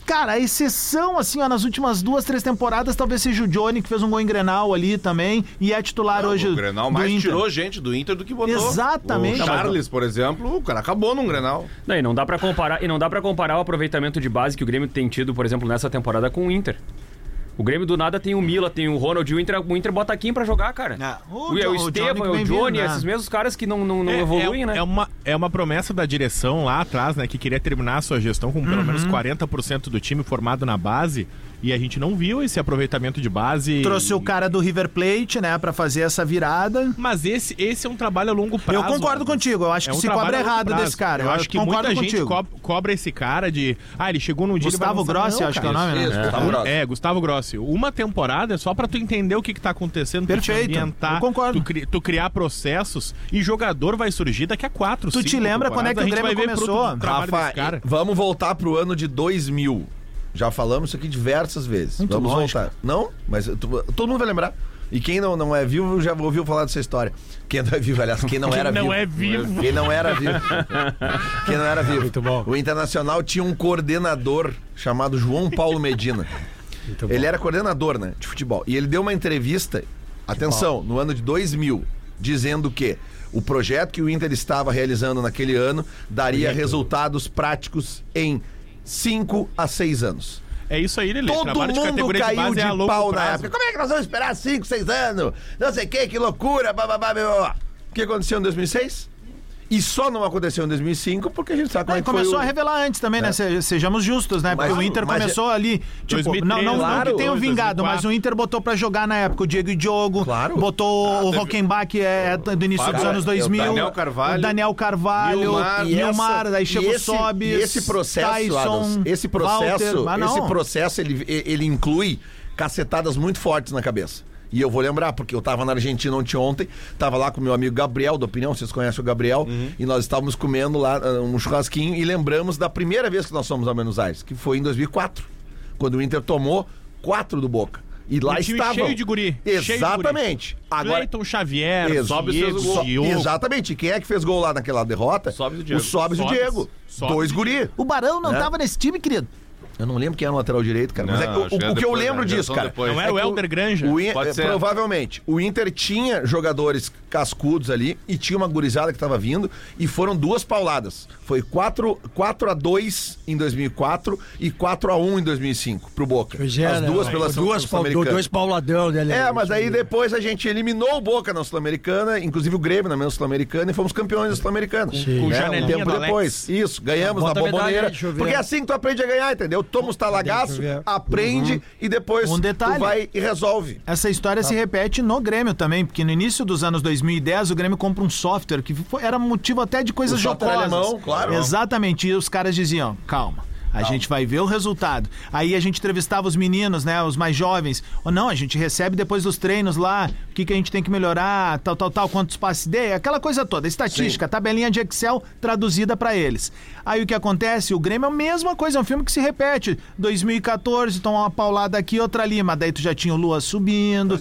Speaker 2: Cara, a exceção, assim, ó, nas últimas duas, três temporadas, talvez seja o Johnny, que fez um gol em Grenal ali também, e é titular hoje
Speaker 6: o Grenal
Speaker 2: do
Speaker 6: mais
Speaker 2: Inter.
Speaker 6: tirou gente do Inter do que botou.
Speaker 2: Exatamente.
Speaker 6: O Charles, por exemplo, o cara acabou num Grenal.
Speaker 7: Não, e não dá para comparar, e não dá para comparar o aproveitamento de base que o Grêmio tem tido, por exemplo, nessa temporada com o Inter. O Grêmio do nada tem o Mila, tem o Ronald, e o Inter, o Inter bota quem pra jogar, cara?
Speaker 2: É, o
Speaker 7: o, é
Speaker 2: Jo-
Speaker 7: o
Speaker 2: o Johnny
Speaker 7: Esteban,
Speaker 2: que
Speaker 7: é o
Speaker 2: vem
Speaker 7: Johnny,
Speaker 2: vindo, né?
Speaker 7: esses mesmos caras que não, não, não
Speaker 4: É,
Speaker 7: evoluem,
Speaker 4: é,
Speaker 7: né?
Speaker 4: é uma, é uma promessa da direção lá atrás, né? Que queria terminar a sua gestão com pelo menos 40% do time formado na base. E a gente não viu esse aproveitamento de base.
Speaker 2: Trouxe o cara do River Plate, né, Pra fazer essa virada.
Speaker 4: Mas esse, esse é um trabalho a longo prazo.
Speaker 2: eu concordo
Speaker 4: Alves.
Speaker 2: contigo, eu acho
Speaker 4: É
Speaker 2: que
Speaker 4: um
Speaker 2: se
Speaker 4: trabalho
Speaker 2: cobra
Speaker 4: a longo
Speaker 2: errado
Speaker 4: prazo.
Speaker 2: desse cara.
Speaker 4: Eu acho que
Speaker 2: concordo
Speaker 4: muita gente
Speaker 2: contigo.
Speaker 4: co- cobra esse cara de. Ah, ele chegou num dia. ele vai
Speaker 2: Gustavo
Speaker 4: lançar.
Speaker 2: Grossi,
Speaker 4: Não,
Speaker 2: acho que é o
Speaker 4: cara,
Speaker 2: nome, né?
Speaker 3: Isso, Gustavo Grossi.
Speaker 4: É, Gustavo Grossi. Uma temporada é só pra tu entender o que, que tá acontecendo, tu
Speaker 2: Perfeito,
Speaker 4: te ambientar,
Speaker 2: eu concordo.
Speaker 4: Tu, cri- tu criar processos e jogador vai surgir daqui a quatro,
Speaker 2: Tu te
Speaker 4: cinco
Speaker 2: lembra quando é que
Speaker 4: temporadas,
Speaker 2: o
Speaker 4: a gente
Speaker 2: Grêmio
Speaker 4: vai ver
Speaker 2: começou?
Speaker 4: fruto do trabalho
Speaker 3: Rafa,
Speaker 4: desse cara.
Speaker 3: e- vamos voltar pro ano de 2000. Já falamos isso aqui diversas vezes.
Speaker 2: Muito
Speaker 3: vamos
Speaker 2: lógico.
Speaker 3: voltar. Não, mas tu- todo mundo vai lembrar. E quem não, não é vivo já ouviu falar dessa história. Quem não é vivo, aliás, quem não
Speaker 4: Quem
Speaker 3: era
Speaker 4: não
Speaker 3: vivo.
Speaker 4: é vivo.
Speaker 3: Quem não era vivo.
Speaker 4: [laughs]
Speaker 3: quem não era vivo.
Speaker 5: Muito bom.
Speaker 3: O Internacional tinha um coordenador chamado João Paulo Medina. Ele era coordenador, né, de futebol. E ele deu uma entrevista, atenção, no ano de 2000, dizendo que o projeto que o Inter estava realizando naquele ano daria resultados práticos em 5 a 6 anos.
Speaker 4: É isso aí, Lele.
Speaker 3: Todo
Speaker 4: trabalho de
Speaker 3: mundo
Speaker 4: categoria de
Speaker 3: caiu
Speaker 4: base
Speaker 3: de,
Speaker 4: é a longo
Speaker 3: pau na
Speaker 4: prazo.
Speaker 3: época. Como é que nós vamos esperar 5, 6 anos? Não sei o que, que loucura, bababá, bababá. O que aconteceu em 2006? E só não aconteceu em 2005 porque a gente sabe como
Speaker 2: Não,
Speaker 3: é
Speaker 2: e
Speaker 3: que foi
Speaker 2: começou
Speaker 3: o- É.
Speaker 2: a revelar antes também, né? Se- Sejamos justos, né?
Speaker 3: Mas-
Speaker 2: Porque o Inter
Speaker 3: mas- é-
Speaker 2: começou ali. Tipo,
Speaker 4: 2003,
Speaker 2: não, não, não
Speaker 4: claro,
Speaker 2: que tenham vingado, mas
Speaker 4: 2004.
Speaker 2: o Inter botou pra jogar na época o Diego e o Diogo.
Speaker 3: Claro.
Speaker 2: Botou
Speaker 3: Ah,
Speaker 2: o Rockenbach que é, do início dos
Speaker 3: Cara,
Speaker 2: anos 2000.
Speaker 6: é o Daniel Carvalho.
Speaker 2: o Daniel Carvalho.
Speaker 6: Nilmar.
Speaker 2: Nilmar. Nilmar
Speaker 3: essa-
Speaker 2: daí
Speaker 3: e
Speaker 2: chegou o
Speaker 3: esse-
Speaker 2: Sobis.
Speaker 3: e esse processo,
Speaker 2: Tyson,
Speaker 3: Adams, esse processo,
Speaker 2: Walter, mas não.
Speaker 3: esse processo ele, ele inclui cacetadas muito fortes na cabeça. E eu vou lembrar, porque eu tava na Argentina ontem, ontem tava lá com meu amigo Gabriel, da Opinião, vocês conhecem o Gabriel,
Speaker 4: Uhum.
Speaker 3: e nós estávamos comendo lá ah, um churrasquinho e lembramos da primeira vez que nós fomos a Buenos Aires, que foi em 2004, quando o Inter tomou quatro do Boca. E lá
Speaker 4: time
Speaker 3: estava.
Speaker 4: cheio de guri, cheio de guri.
Speaker 3: Exatamente. Agora,
Speaker 4: Cleiton Xavier,
Speaker 3: Exato.
Speaker 4: sobe
Speaker 3: Isso,
Speaker 4: seus
Speaker 3: so-
Speaker 4: gols.
Speaker 3: Exatamente. Quem é que fez gol lá naquela derrota?
Speaker 6: Sobes e o Diego.
Speaker 3: O Sobes e o
Speaker 4: Sobes.
Speaker 3: Diego.
Speaker 4: Sobes
Speaker 3: Dois
Speaker 4: e
Speaker 3: guri.
Speaker 2: O Barão não
Speaker 3: Né?
Speaker 2: tava nesse time, querido.
Speaker 3: Eu não lembro quem era o lateral direito, cara. mas é que
Speaker 6: Não,
Speaker 3: o,
Speaker 6: acho
Speaker 3: o
Speaker 6: que é
Speaker 3: que eu
Speaker 6: depois,
Speaker 3: lembro
Speaker 6: né?
Speaker 3: disso,
Speaker 6: Geração
Speaker 3: cara. é
Speaker 6: depois.
Speaker 4: Não era o Helder Granja?
Speaker 3: Então O In-
Speaker 6: Pode
Speaker 3: é,
Speaker 6: ser.
Speaker 3: Provavelmente. O Inter tinha jogadores cascudos ali e tinha uma gurizada que tava vindo e foram duas pauladas. Foi 4, 4 a 2 em 2004 e 4 a 1 em 2005 pro Boca.
Speaker 5: é,
Speaker 3: As é, né,
Speaker 5: né?
Speaker 3: duas pela
Speaker 8: duas,
Speaker 3: Sul-
Speaker 8: pau- dois pauladão, né, Lele?
Speaker 3: é, mas aí depois a gente eliminou o Boca na Sul-Americana, inclusive o Grêmio na mesma Sul-Americana, e fomos campeões da Sul-Americana.
Speaker 8: Com
Speaker 3: né? Um
Speaker 4: janelinha
Speaker 3: tempo
Speaker 4: do Alex.
Speaker 3: depois. Isso, ganhamos
Speaker 8: Bota
Speaker 3: na
Speaker 8: a medalha
Speaker 3: bomboneira.
Speaker 8: aí, deixa eu ver.
Speaker 3: porque é assim que tu aprende a ganhar, entendeu? Toma os talagaços,
Speaker 8: Deixa eu ver. Uhum.
Speaker 3: aprende e depois
Speaker 2: Um detalhe.
Speaker 3: tu vai e resolve.
Speaker 2: Essa história
Speaker 3: Tá.
Speaker 2: se repete no Grêmio também, porque no início dos anos 2010 o Grêmio compra um software que foi- era motivo até de coisas
Speaker 3: O software
Speaker 2: jocosas.
Speaker 3: alemão, claro.
Speaker 2: Exatamente, e os caras diziam, calma. A gente vai ver o resultado. Aí a gente entrevistava os meninos, né? Os mais jovens. Ou não, a gente recebe depois dos treinos lá, o que, que a gente tem que melhorar, tal, tal, tal, quantos passes dei, aquela coisa toda, estatística, tabelinha de Excel traduzida pra eles. Aí o que acontece? O Grêmio é a mesma coisa, é um filme que se repete. 2014, toma uma paulada aqui, outra ali, mas daí tu já tinha o Lua subindo.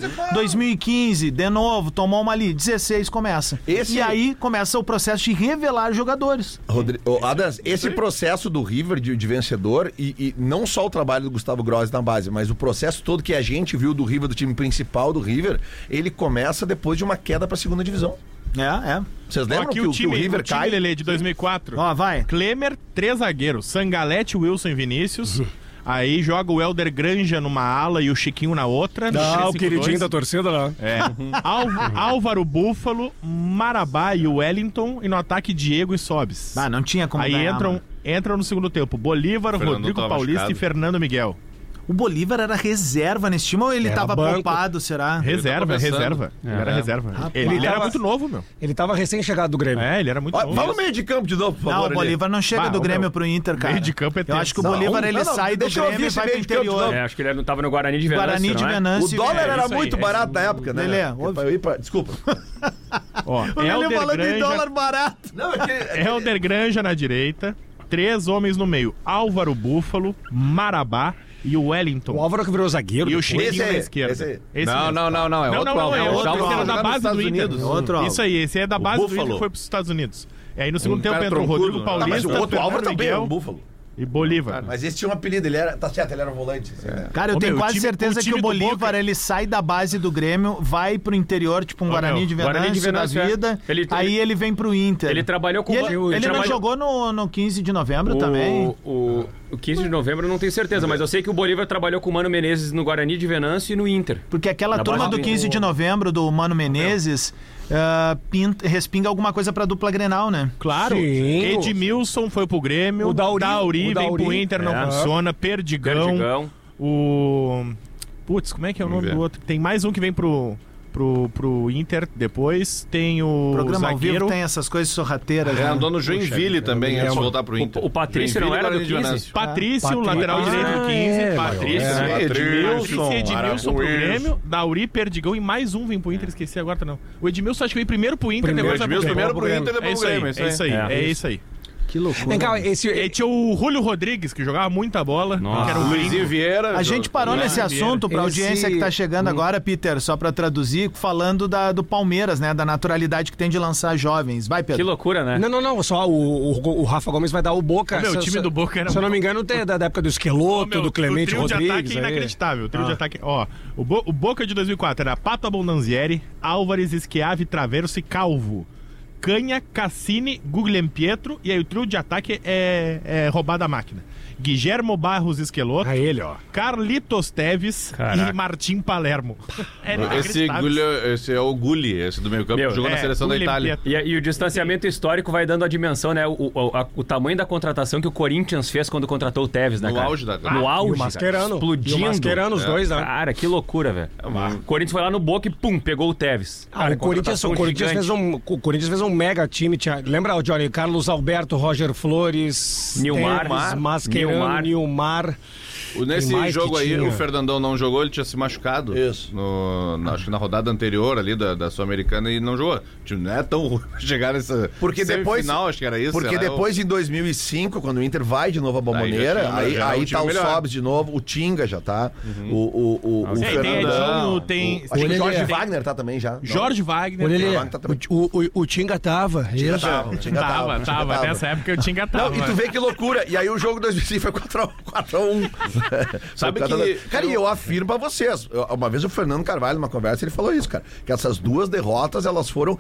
Speaker 2: 2015, de novo, tomou uma ali, 16 começa.
Speaker 3: Esse-
Speaker 2: E aí começa o processo de revelar jogadores.
Speaker 3: Rodrigo, ô, Adams, esse processo do River de, de vencedor, e, e não só o trabalho do Gustavo Grossi na base, mas o processo todo que a gente viu do River, do time principal do River, ele começa depois de uma queda pra segunda divisão.
Speaker 2: É, é.
Speaker 3: Vocês
Speaker 4: Ó,
Speaker 3: lembram
Speaker 4: Aqui
Speaker 3: que, o, que o River
Speaker 4: time,
Speaker 3: cai?
Speaker 4: Lele, de 2004.
Speaker 2: Ó, vai.
Speaker 4: Klemer, três zagueiros. Sangalete, Wilson e Vinícius. Aí joga o Helder Granja numa ala e o Chiquinho na outra. no 3-5-2.
Speaker 5: Não, o queridinho da torcida lá.
Speaker 4: É. Álv- Álvaro Búfalo, Marabá e o Wellington. E no ataque, Diego e Sobes.
Speaker 2: Ah, não tinha como
Speaker 4: Aí um-
Speaker 2: ganhar,
Speaker 4: entram,
Speaker 2: mano.
Speaker 4: entram no segundo tempo Bolívar,
Speaker 6: Fernando
Speaker 4: Rodrigo
Speaker 6: tava
Speaker 4: Paulista
Speaker 6: machucado.
Speaker 4: e Fernando Miguel.
Speaker 2: O Bolívar era reserva nesse time ou ele
Speaker 5: Era
Speaker 2: tava
Speaker 5: banco.
Speaker 2: poupado, será?
Speaker 4: Reserva,
Speaker 6: começando.
Speaker 4: reserva. Ele era reserva. ele, ele era muito novo, meu.
Speaker 5: Ele tava recém-chegado do Grêmio.
Speaker 4: É, ele era muito
Speaker 3: Ó,
Speaker 4: novo.
Speaker 3: Fala o meio de campo de novo, por
Speaker 2: Não,
Speaker 3: favor.
Speaker 2: o
Speaker 3: ali.
Speaker 2: Bolívar não chega
Speaker 4: Bah,
Speaker 2: do
Speaker 4: ô,
Speaker 2: Grêmio
Speaker 4: meu.
Speaker 2: pro Inter, cara.
Speaker 4: Meio de campo é
Speaker 2: Eu
Speaker 4: tenso.
Speaker 2: acho que o
Speaker 3: Não,
Speaker 2: Bolívar ele
Speaker 3: não, não,
Speaker 2: sai do
Speaker 3: deixa eu ouvir
Speaker 2: Grêmio e
Speaker 3: esse
Speaker 2: vai pro
Speaker 3: meio de campo de
Speaker 2: interior.
Speaker 3: novo.
Speaker 7: É, acho que ele não tava no Guarani de Venâncio,
Speaker 2: Guarani
Speaker 7: não
Speaker 2: de
Speaker 7: é?
Speaker 3: O
Speaker 2: Venâncio.
Speaker 3: dólar
Speaker 2: velho.
Speaker 3: era
Speaker 4: isso aí,
Speaker 3: muito
Speaker 4: é
Speaker 3: barato na época, né?
Speaker 2: Lelê,
Speaker 3: É pra
Speaker 2: ouve.
Speaker 3: eu ir
Speaker 2: [laughs]
Speaker 3: pra- Desculpa.
Speaker 4: Ó,
Speaker 2: O Lelê
Speaker 4: Helder
Speaker 2: falando em
Speaker 4: Granja-
Speaker 2: dólar barato.
Speaker 3: Não, é
Speaker 2: [laughs]
Speaker 3: que-
Speaker 4: Helder Granja na direita, três homens no meio: Álvaro Búfalo, Marabá e o Wellington.
Speaker 5: O Álvaro é- que virou zagueiro.
Speaker 4: E o
Speaker 5: depois.
Speaker 4: Chiquinho
Speaker 3: Esse aí,
Speaker 4: na esquerda.
Speaker 3: esse aí.
Speaker 6: Não,
Speaker 4: mesmo.
Speaker 6: não, não, não. É
Speaker 4: não,
Speaker 6: outro
Speaker 4: não, é
Speaker 6: Álvaro.
Speaker 4: outro,
Speaker 6: Álvaro
Speaker 4: esse era
Speaker 6: jogava
Speaker 4: da
Speaker 6: nos
Speaker 4: base do
Speaker 6: Estados
Speaker 4: Inter.
Speaker 6: Unidos.
Speaker 2: É outro Álvaro.
Speaker 4: Isso aí, esse é da base do Inter
Speaker 6: Búfalo. Um
Speaker 4: que foi pros Estados Unidos. E aí no segundo tempo
Speaker 6: cara
Speaker 4: entra o
Speaker 6: troncudo,
Speaker 4: Rodrigo
Speaker 6: né?
Speaker 3: Ah, mas
Speaker 4: Paulista,
Speaker 3: o outro
Speaker 4: Fernando
Speaker 3: Álvaro também é
Speaker 4: Miguel
Speaker 3: um búfalo.
Speaker 4: e
Speaker 6: Tá,
Speaker 4: Bolívar.
Speaker 3: Mas esse tinha um apelido, ele era. Tá certo, ele era volante. assim, né?
Speaker 2: Cara, eu
Speaker 4: Ô,
Speaker 2: tenho
Speaker 4: meu, o
Speaker 2: quase
Speaker 4: time-
Speaker 2: certeza
Speaker 4: o
Speaker 2: que
Speaker 4: time
Speaker 2: o
Speaker 4: do
Speaker 2: Bolívar
Speaker 4: Boca-
Speaker 2: ele sai da base do Grêmio, vai pro interior, tipo um
Speaker 4: Ô,
Speaker 2: Guarani,
Speaker 4: meu,
Speaker 2: de Venâncio,
Speaker 7: Guarani de Venâncio,
Speaker 2: da
Speaker 7: é.
Speaker 2: vida.
Speaker 7: Ele-
Speaker 2: aí
Speaker 7: ele-
Speaker 2: ele vem pro Inter.
Speaker 7: Ele trabalhou com
Speaker 2: E
Speaker 7: o
Speaker 2: ele,
Speaker 7: Ba-
Speaker 2: ele não
Speaker 7: trabalhou-
Speaker 2: jogou no, no 15 de novembro
Speaker 7: o-
Speaker 2: também?
Speaker 7: O, o 15 de novembro eu não tenho certeza, mas eu sei que o Bolívar trabalhou com o Mano Menezes no Guarani de Venâncio e no Inter.
Speaker 2: Porque aquela
Speaker 7: Na
Speaker 2: turma
Speaker 7: base
Speaker 2: do
Speaker 7: do-
Speaker 2: 15 de novembro do Mano Menezes ah, pinta- respinga alguma coisa pra dupla Grenal, né?
Speaker 4: Claro,
Speaker 5: Sim.
Speaker 4: Edmilson foi pro Grêmio,
Speaker 5: O Dauri-
Speaker 4: Dauri vem
Speaker 5: o
Speaker 4: pro
Speaker 5: Dauri.
Speaker 4: Inter, não
Speaker 7: É.
Speaker 4: funciona, Perdigão,
Speaker 7: Perdigão.
Speaker 4: o... Putz, como é que é o
Speaker 6: Vamos
Speaker 4: nome
Speaker 6: ver.
Speaker 4: do outro? Tem mais um que vem pro, pro, pro Inter depois, tem o
Speaker 2: O programa ao
Speaker 4: zagueiro...
Speaker 2: vivo tem né? essas coisas sorrateiras.
Speaker 6: É,
Speaker 2: né?
Speaker 6: andou no Joinville também, antes de voltar pro Inter.
Speaker 7: O- o Patrício não era do
Speaker 6: Joinville, Guarani de
Speaker 7: 15?
Speaker 4: Patrício,
Speaker 5: Patrício.
Speaker 4: lateral
Speaker 7: Ah,
Speaker 4: direito do 15,
Speaker 5: é,
Speaker 4: Patrício,
Speaker 7: Maior.
Speaker 4: né?
Speaker 7: É,
Speaker 4: Patrício
Speaker 6: Edmilson,
Speaker 4: e Edmilson pro
Speaker 6: Araújo.
Speaker 4: Grêmio, Dauri, Perdigão e mais um vem pro Inter, esqueci agora não. O Edmilson acho que veio primeiro pro Inter,
Speaker 5: Primeiro,
Speaker 4: depois vai
Speaker 6: Edmilson
Speaker 4: pro
Speaker 6: primeiro pro Inter,
Speaker 4: Grêmio. É
Speaker 6: depois
Speaker 4: isso
Speaker 6: pro
Speaker 4: aí,
Speaker 6: Grêmio.
Speaker 4: é isso aí,
Speaker 7: É.
Speaker 4: é isso aí.
Speaker 2: Que loucura.
Speaker 5: Vem cá, esse...
Speaker 4: E tinha o Julio Rodrigues, que jogava muita bola,
Speaker 7: Nossa.
Speaker 4: que era um
Speaker 6: Luizinho Vieira.
Speaker 2: A gente parou
Speaker 4: Lá,
Speaker 2: nesse
Speaker 4: Vieira.
Speaker 2: assunto para
Speaker 5: Esse-
Speaker 2: audiência que tá chegando agora, Peter, só para traduzir, falando da, do Palmeiras, né, da naturalidade que tem de lançar jovens. Vai,
Speaker 7: Que
Speaker 2: Pedro.
Speaker 7: loucura, né?
Speaker 5: Não, não, não. Só o, o- o Rafa Gomes vai dar o Boca.
Speaker 4: Meu,
Speaker 5: Se-
Speaker 4: o time
Speaker 5: se-
Speaker 4: do Boca era
Speaker 5: Se eu não me engano, tem da, da época do Esqueloto,
Speaker 4: Meu,
Speaker 5: do Clemente
Speaker 4: o trio de
Speaker 5: Rodrigues.
Speaker 4: ataque é
Speaker 5: aí.
Speaker 4: inacreditável. O trio de ataque. Ó, o, Bo- o Boca de 2004 era Pato Abondanzieri, Álvares, Esquiave, Traverso e Calvo. Canha, Cassini, Guglielmo Pietro e aí o trio de ataque é, é roubada a máquina. Guilhermo Barros Esqueloto,
Speaker 5: Aí ele, ó.
Speaker 4: Carlitos Teves
Speaker 7: Caraca.
Speaker 4: e Martim Palermo. Era
Speaker 6: Esse,
Speaker 4: É inacreditável.
Speaker 6: Gulli- esse é o Gulli, esse do meio campo,
Speaker 7: Meu,
Speaker 6: que jogou na
Speaker 4: é,
Speaker 6: seleção da
Speaker 4: Guglielmo
Speaker 6: Itália.
Speaker 4: Pietro.
Speaker 7: E, e o distanciamento histórico vai dando a dimensão, né? O, o, a- o tamanho da contratação que o Corinthians fez quando contratou o Tevez, né,
Speaker 6: No
Speaker 7: cara?
Speaker 6: auge da-
Speaker 7: No
Speaker 6: Ah,
Speaker 5: E
Speaker 7: auge,
Speaker 5: o
Speaker 7: cara.
Speaker 5: Mascherano.
Speaker 7: Explodindo.
Speaker 5: E o Mascherano,
Speaker 3: É.
Speaker 5: os dois,
Speaker 4: Ah,
Speaker 5: né?
Speaker 7: Cara, que loucura, velho.
Speaker 6: É
Speaker 7: O Corinthians foi lá no Boca e pum, pegou o Tevez.
Speaker 5: Ah, o, Corinthians, o, Corinthians fez um, o Corinthians fez um mega time. Tinha, lembra, Johnny? Carlos Alberto, Roger Flores,
Speaker 7: Nilmar.
Speaker 5: Teles, Mascherano,
Speaker 7: Nilmar.
Speaker 5: Nilmar.
Speaker 6: O- Nesse
Speaker 5: mais que
Speaker 6: jogo aí,
Speaker 5: tinha.
Speaker 6: o Fernandão não jogou, ele tinha se machucado.
Speaker 3: Isso.
Speaker 6: No- na- acho que na rodada anterior ali da, da Sul-Americana e não jogou. O time não é tão ruim pra chegar nessa
Speaker 3: Porque depois.
Speaker 6: final, acho que era isso.
Speaker 3: Porque
Speaker 6: sei lá,
Speaker 3: depois, em 2005, quando o Inter vai de novo à
Speaker 6: Aí já
Speaker 3: Bomboneira,
Speaker 6: tinha-
Speaker 3: aí,
Speaker 6: já era um
Speaker 3: aí
Speaker 6: time
Speaker 3: tá o
Speaker 6: melhor. Uhum.
Speaker 3: Sobs de novo, o Tinga já tá, o, o, o, o
Speaker 4: É, e tem
Speaker 3: Fernandão.
Speaker 4: Edinho, tem.
Speaker 3: Acho que o Jorge
Speaker 4: tem-
Speaker 3: Wagner tá também já. Não,
Speaker 4: Jorge Wagner.
Speaker 5: Olha ele,
Speaker 3: Nilmar tá também.
Speaker 5: o, o, o Tinga tava.
Speaker 3: Tinga
Speaker 5: isso.
Speaker 3: tava, o Tinga
Speaker 4: Tava,
Speaker 3: o Tinga
Speaker 4: tava. Nessa época eu tinha engatado.
Speaker 3: Não, e tu vê que loucura. E aí o jogo 2005 foi 4x1.
Speaker 6: Sabe que-
Speaker 3: Cara, e eu afirmo pra vocês. eu- Uma vez o Fernando Carvalho, numa conversa, ele falou isso, cara. Que essas duas derrotas, elas foram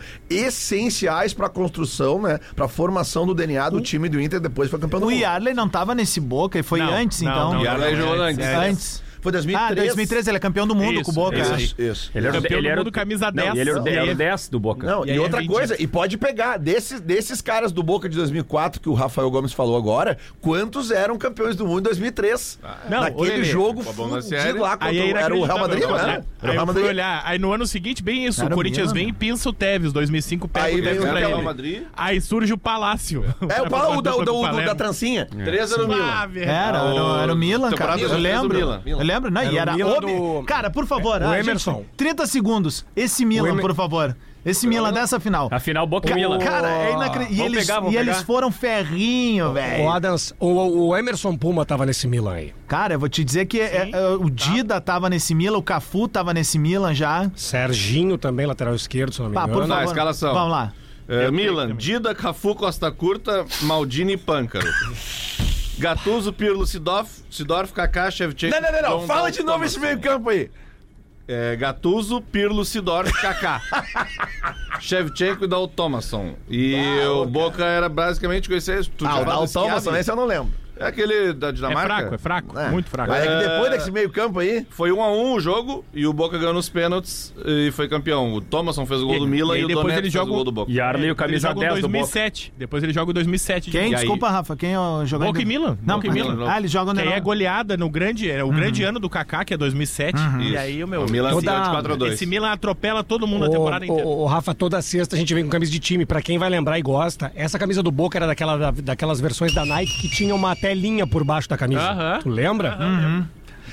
Speaker 3: essenciais pra construção, né? Pra formação do DNA do time do Inter depois foi campeão do
Speaker 2: O
Speaker 3: mundo.
Speaker 2: Yarley não tava nesse Boca e foi
Speaker 4: Não,
Speaker 2: antes,
Speaker 4: não,
Speaker 2: então.
Speaker 4: não,
Speaker 6: E aí jogou antes.
Speaker 4: É,
Speaker 2: Antes. Ah,
Speaker 3: Foi 2003.
Speaker 2: 2013 ele é campeão do mundo
Speaker 4: Isso,
Speaker 2: com o Boca.
Speaker 4: isso
Speaker 2: acho.
Speaker 4: aí.
Speaker 3: Isso, isso.
Speaker 7: Ele era, o-
Speaker 4: Campeão
Speaker 7: ele
Speaker 4: do
Speaker 7: era,
Speaker 4: mundo, camisa
Speaker 7: Não,
Speaker 4: 10.
Speaker 7: e ele era o-
Speaker 4: Não,
Speaker 7: era o 10 do Boca.
Speaker 3: Não,
Speaker 4: E
Speaker 3: e,
Speaker 4: aí é
Speaker 3: outra
Speaker 4: 20.
Speaker 3: coisa, e pode pegar, desses, desses caras do Boca de 2004 que o Rafael Gomes falou agora, quantos eram campeões do mundo em 2003?
Speaker 4: Não, ô,
Speaker 3: Naquele
Speaker 4: Lelê,
Speaker 3: jogo
Speaker 6: com a bola na
Speaker 3: fudido
Speaker 6: série,
Speaker 3: lá contra
Speaker 4: Aí
Speaker 3: o-
Speaker 4: era
Speaker 3: era o Real Madrid,
Speaker 4: inacreditável,
Speaker 3: né? Era
Speaker 4: Aí
Speaker 3: o
Speaker 4: eu
Speaker 3: Real
Speaker 4: fui
Speaker 3: Madrid.
Speaker 4: olhar. Aí no ano seguinte, bem isso.
Speaker 2: Era
Speaker 4: o Corinthians
Speaker 2: mesmo.
Speaker 4: vem e pinça o Tevez. 2005 pega
Speaker 3: Aí
Speaker 4: o
Speaker 3: vem
Speaker 4: Tevez
Speaker 3: o
Speaker 4: pra
Speaker 6: Real
Speaker 4: ele.
Speaker 6: Madrid.
Speaker 4: Aí surge o Palácio. [laughs]
Speaker 3: É, o pau o da, o da- o
Speaker 4: Palermo.
Speaker 3: da trancinha.
Speaker 6: 3 era o
Speaker 4: Ah,
Speaker 6: Milan.
Speaker 4: velho.
Speaker 2: É, Era,
Speaker 6: Ah, o-
Speaker 2: era, o- era o Milan, cara.
Speaker 6: temporada
Speaker 2: Eu
Speaker 6: dos dois do
Speaker 2: lembro. Eu
Speaker 6: Milan.
Speaker 2: lembro, não, e
Speaker 5: Era
Speaker 2: era
Speaker 5: o Milan
Speaker 2: o Mi-
Speaker 5: do-
Speaker 2: Cara, por favor,
Speaker 5: o
Speaker 2: ah,
Speaker 5: Emerson.
Speaker 2: gente, 30 segundos. Esse Milan,
Speaker 5: Emer-
Speaker 2: por favor. Esse Milan dessa final.
Speaker 7: Afinal, Boca e
Speaker 2: Ca-
Speaker 7: Milan.
Speaker 2: Cara, é inacreditável. E,
Speaker 7: Vamos
Speaker 2: eles,
Speaker 7: pegar, vamos
Speaker 2: e eles
Speaker 7: pegar.
Speaker 2: foram ferrinho,
Speaker 8: é,
Speaker 5: O
Speaker 2: velho.
Speaker 5: Adams, o, o Emerson Puma tava nesse Milan aí.
Speaker 2: Cara, eu vou te dizer que é, é, o Dida tava nesse Milan, o Cafu tava nesse Milan já.
Speaker 5: Serginho também, lateral esquerdo, se eu não me
Speaker 2: Pá, por
Speaker 5: engano.
Speaker 2: favor.
Speaker 6: a escalação.
Speaker 2: Vamos lá.
Speaker 6: É, Milan, Dida, Cafu, Costa Curta, Maldini e Pâncaro. Gattuso, Pirlo, Sidorf, Sidorf Kaká, Shevchenko...
Speaker 3: Não, não, não, não.
Speaker 6: Dondon,
Speaker 3: Fala de novo
Speaker 6: Thomas.
Speaker 3: esse meio campo aí.
Speaker 6: É, Gattuso, Pirlo, Sidorf,
Speaker 3: [laughs]
Speaker 6: Kaká. Shevchenko e Dal Thomason. E o Boca era basicamente com esse... aí, Tu
Speaker 3: Ah,
Speaker 6: já
Speaker 3: o
Speaker 6: fala
Speaker 3: Dal
Speaker 6: desse
Speaker 3: Thomas,
Speaker 6: Chiavi.
Speaker 3: esse eu não lembro.
Speaker 6: É aquele da
Speaker 4: É
Speaker 6: Dinamarca.
Speaker 4: fraco, é fraco, muito fraco.
Speaker 3: Mas é que depois desse meio campo aí,
Speaker 6: Foi 1x1 um o jogo e o Boca ganhou nos pênaltis e foi campeão. O Thomason fez o gol
Speaker 4: E-
Speaker 6: do Milan
Speaker 4: e
Speaker 6: e, o
Speaker 4: depois
Speaker 6: Domenech
Speaker 4: eles
Speaker 6: fez
Speaker 4: jogam-
Speaker 6: o gol do Boca.
Speaker 7: Yarley, o
Speaker 4: Ele
Speaker 7: camisa
Speaker 4: joga o
Speaker 7: 10 do Boca.
Speaker 4: 2007. Depois ele joga o 2007. de
Speaker 2: Quem?
Speaker 4: novo.
Speaker 6: E aí?
Speaker 2: Desculpa, Rafa. Quem é o jogador?
Speaker 4: Boca e Milan.
Speaker 2: Não,
Speaker 4: Boca e Milan.
Speaker 2: Ah, eles jogam
Speaker 4: Que
Speaker 2: no...
Speaker 4: aí é goleada no grande,
Speaker 5: Uhum.
Speaker 4: é o grande ano do Kaká, que é 2007. E aí
Speaker 3: É
Speaker 4: o meu.
Speaker 6: O Milan
Speaker 5: Ô,
Speaker 6: se deu de
Speaker 5: Dado,
Speaker 6: 4x2.
Speaker 4: Esse Milan atropela todo mundo na temporada
Speaker 5: Ô,
Speaker 4: inteira.
Speaker 5: ô, ô, Rafa, toda sexta a gente vem com camisa de time. Pra quem vai lembrar e gosta, essa camisa do Boca era daquela, da- daquelas versões da Nike que tinha uma telinha por baixo da camisa.
Speaker 4: Aham.
Speaker 5: Tu lembra?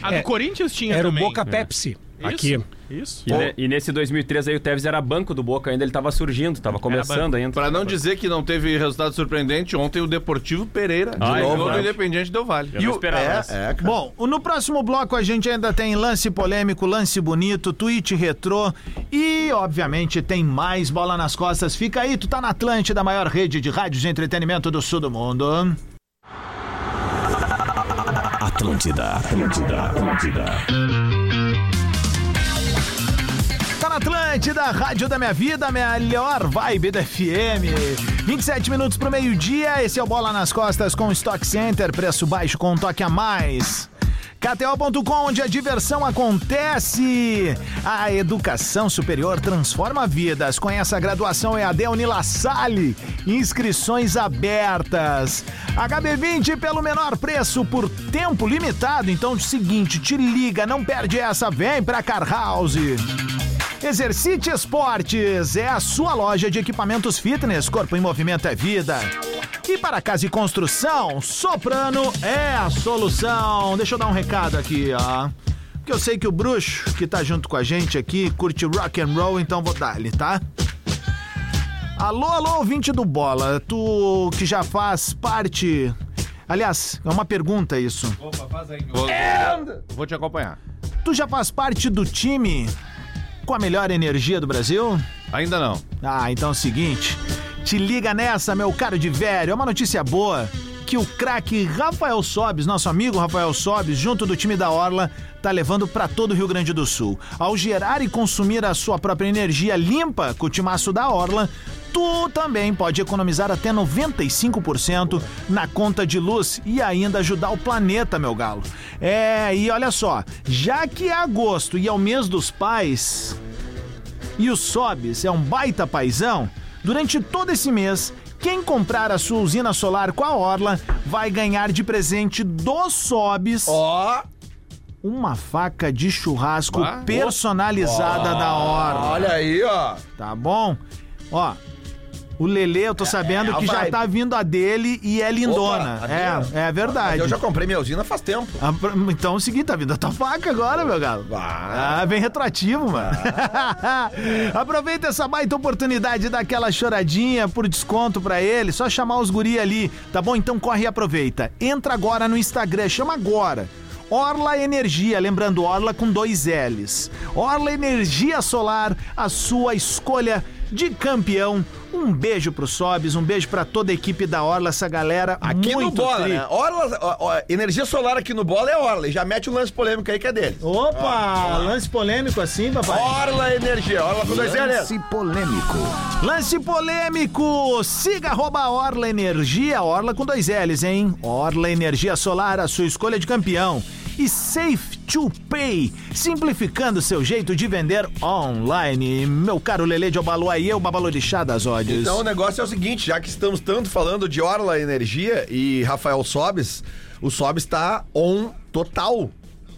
Speaker 4: A do
Speaker 5: É,
Speaker 4: Corinthians tinha
Speaker 5: Era o
Speaker 4: também. É.
Speaker 5: Boca Pepsi.
Speaker 4: Isso,
Speaker 5: Aqui.
Speaker 4: Isso.
Speaker 7: E, ne- e nesse 2003 aí o Tevez era banco do Boca ainda, ele tava surgindo, tava começando
Speaker 4: banco.
Speaker 7: ainda.
Speaker 6: Pra não dizer que não teve resultado surpreendente, ontem o Deportivo Pereira de
Speaker 7: Ah, é
Speaker 6: novo
Speaker 7: verdade.
Speaker 6: do Independiente Del Vale.
Speaker 7: Eu não esperava essa.
Speaker 3: é, cara.
Speaker 2: Bom, no próximo bloco a gente ainda tem lance polêmico, lance bonito, tweet retrô e, obviamente, tem mais bola nas costas. Fica aí, tu tá na Atlântida, a maior rede de rádios de entretenimento do sul do mundo.
Speaker 1: Atlântida, Atlântida, Atlântida.
Speaker 2: Tá na Atlântida, Rádio da Minha Vida, melhor vibe da FM. 27 minutos pro meio-dia, esse é o Bola nas Costas com o Stock Center, preço baixo com um toque a mais. KTO.com, onde a diversão acontece. A educação superior transforma vidas. Conheça a graduação EAD Unila Salle. Inscrições abertas. HB20 pelo menor preço por tempo limitado. Então, é o seguinte, te liga, não perde essa, vem pra Car House. Exercite Esportes é a sua loja de equipamentos fitness, corpo em movimento é vida. E para casa e construção, Soprano é a solução. Deixa eu dar um recado aqui, ó. Porque eu sei que o bruxo que tá junto com a gente aqui curte rock and roll, então vou dar ele, tá? Alô, alô, ouvinte do Bola, tu que já faz parte. Aliás, é uma pergunta isso.
Speaker 6: Vou, vou te acompanhar.
Speaker 2: Tu já faz parte do time com a melhor energia do Brasil?
Speaker 6: Ainda não.
Speaker 2: Ah, então é o seguinte. Te liga nessa, meu caro de velho. É uma notícia boa que o craque Rafael Sobes, nosso amigo Rafael Sobes, junto do time da Orla, tá levando para todo o Rio Grande do Sul. Ao gerar e consumir a sua própria energia limpa com o timaço da Orla, tu também pode economizar até 95% na conta de luz e ainda ajudar o planeta, meu galo. É, e olha só, já que é agosto e é o mês dos pais, e o Sobis é um baita paizão, durante todo esse mês, quem comprar a sua usina solar com a Orla vai ganhar de presente do Sobis
Speaker 3: Ó,
Speaker 2: uma faca de churrasco
Speaker 6: Bah.
Speaker 2: personalizada da Orla,
Speaker 3: olha aí, ó.
Speaker 2: tá bom? Ó, o Lele, eu tô sabendo
Speaker 3: é a
Speaker 2: que já
Speaker 3: vibe.
Speaker 2: tá vindo a dele e é lindona.
Speaker 3: Opa, a
Speaker 2: é,
Speaker 3: minha?
Speaker 2: é verdade.
Speaker 3: Eu já comprei minha usina faz tempo.
Speaker 2: Ah, pr- Então é o seguinte, tá vindo a tua faca agora, meu galo.
Speaker 3: Ah.
Speaker 2: Ah, bem retroativo, mano. [laughs] Aproveita essa baita oportunidade e dá aquela choradinha por desconto pra ele. Só chamar os guri ali, tá bom? Então corre e aproveita. Entra agora no Instagram, chama agora. Orla Energia, lembrando Orla com dois L's. Orla Energia Solar, a sua escolha de campeão. Um beijo pro Sobes, um beijo pra toda a equipe da Orla, essa galera
Speaker 3: Aqui
Speaker 2: muito
Speaker 3: no Bola,
Speaker 2: tri.
Speaker 3: né? Orla, ó, ó, energia solar aqui no Bola é Orla. E já mete o lance polêmico aí que é dele.
Speaker 2: Opa, lance polêmico assim, papai.
Speaker 3: Orla Energia, Orla com dois L's.
Speaker 1: Lance polêmico.
Speaker 2: Lance polêmico! Siga arroba Orla Energia, Orla com dois L's, hein? Orla Energia Solar, a sua escolha de campeão. E Safe to Pay, simplificando seu jeito de vender online. Meu caro Lele de Obaluá e eu, Babalorixá das Odds.
Speaker 3: Então o negócio é o seguinte, já que estamos tanto falando de Orla Energia e Rafael Sobes, o Sobes tá on total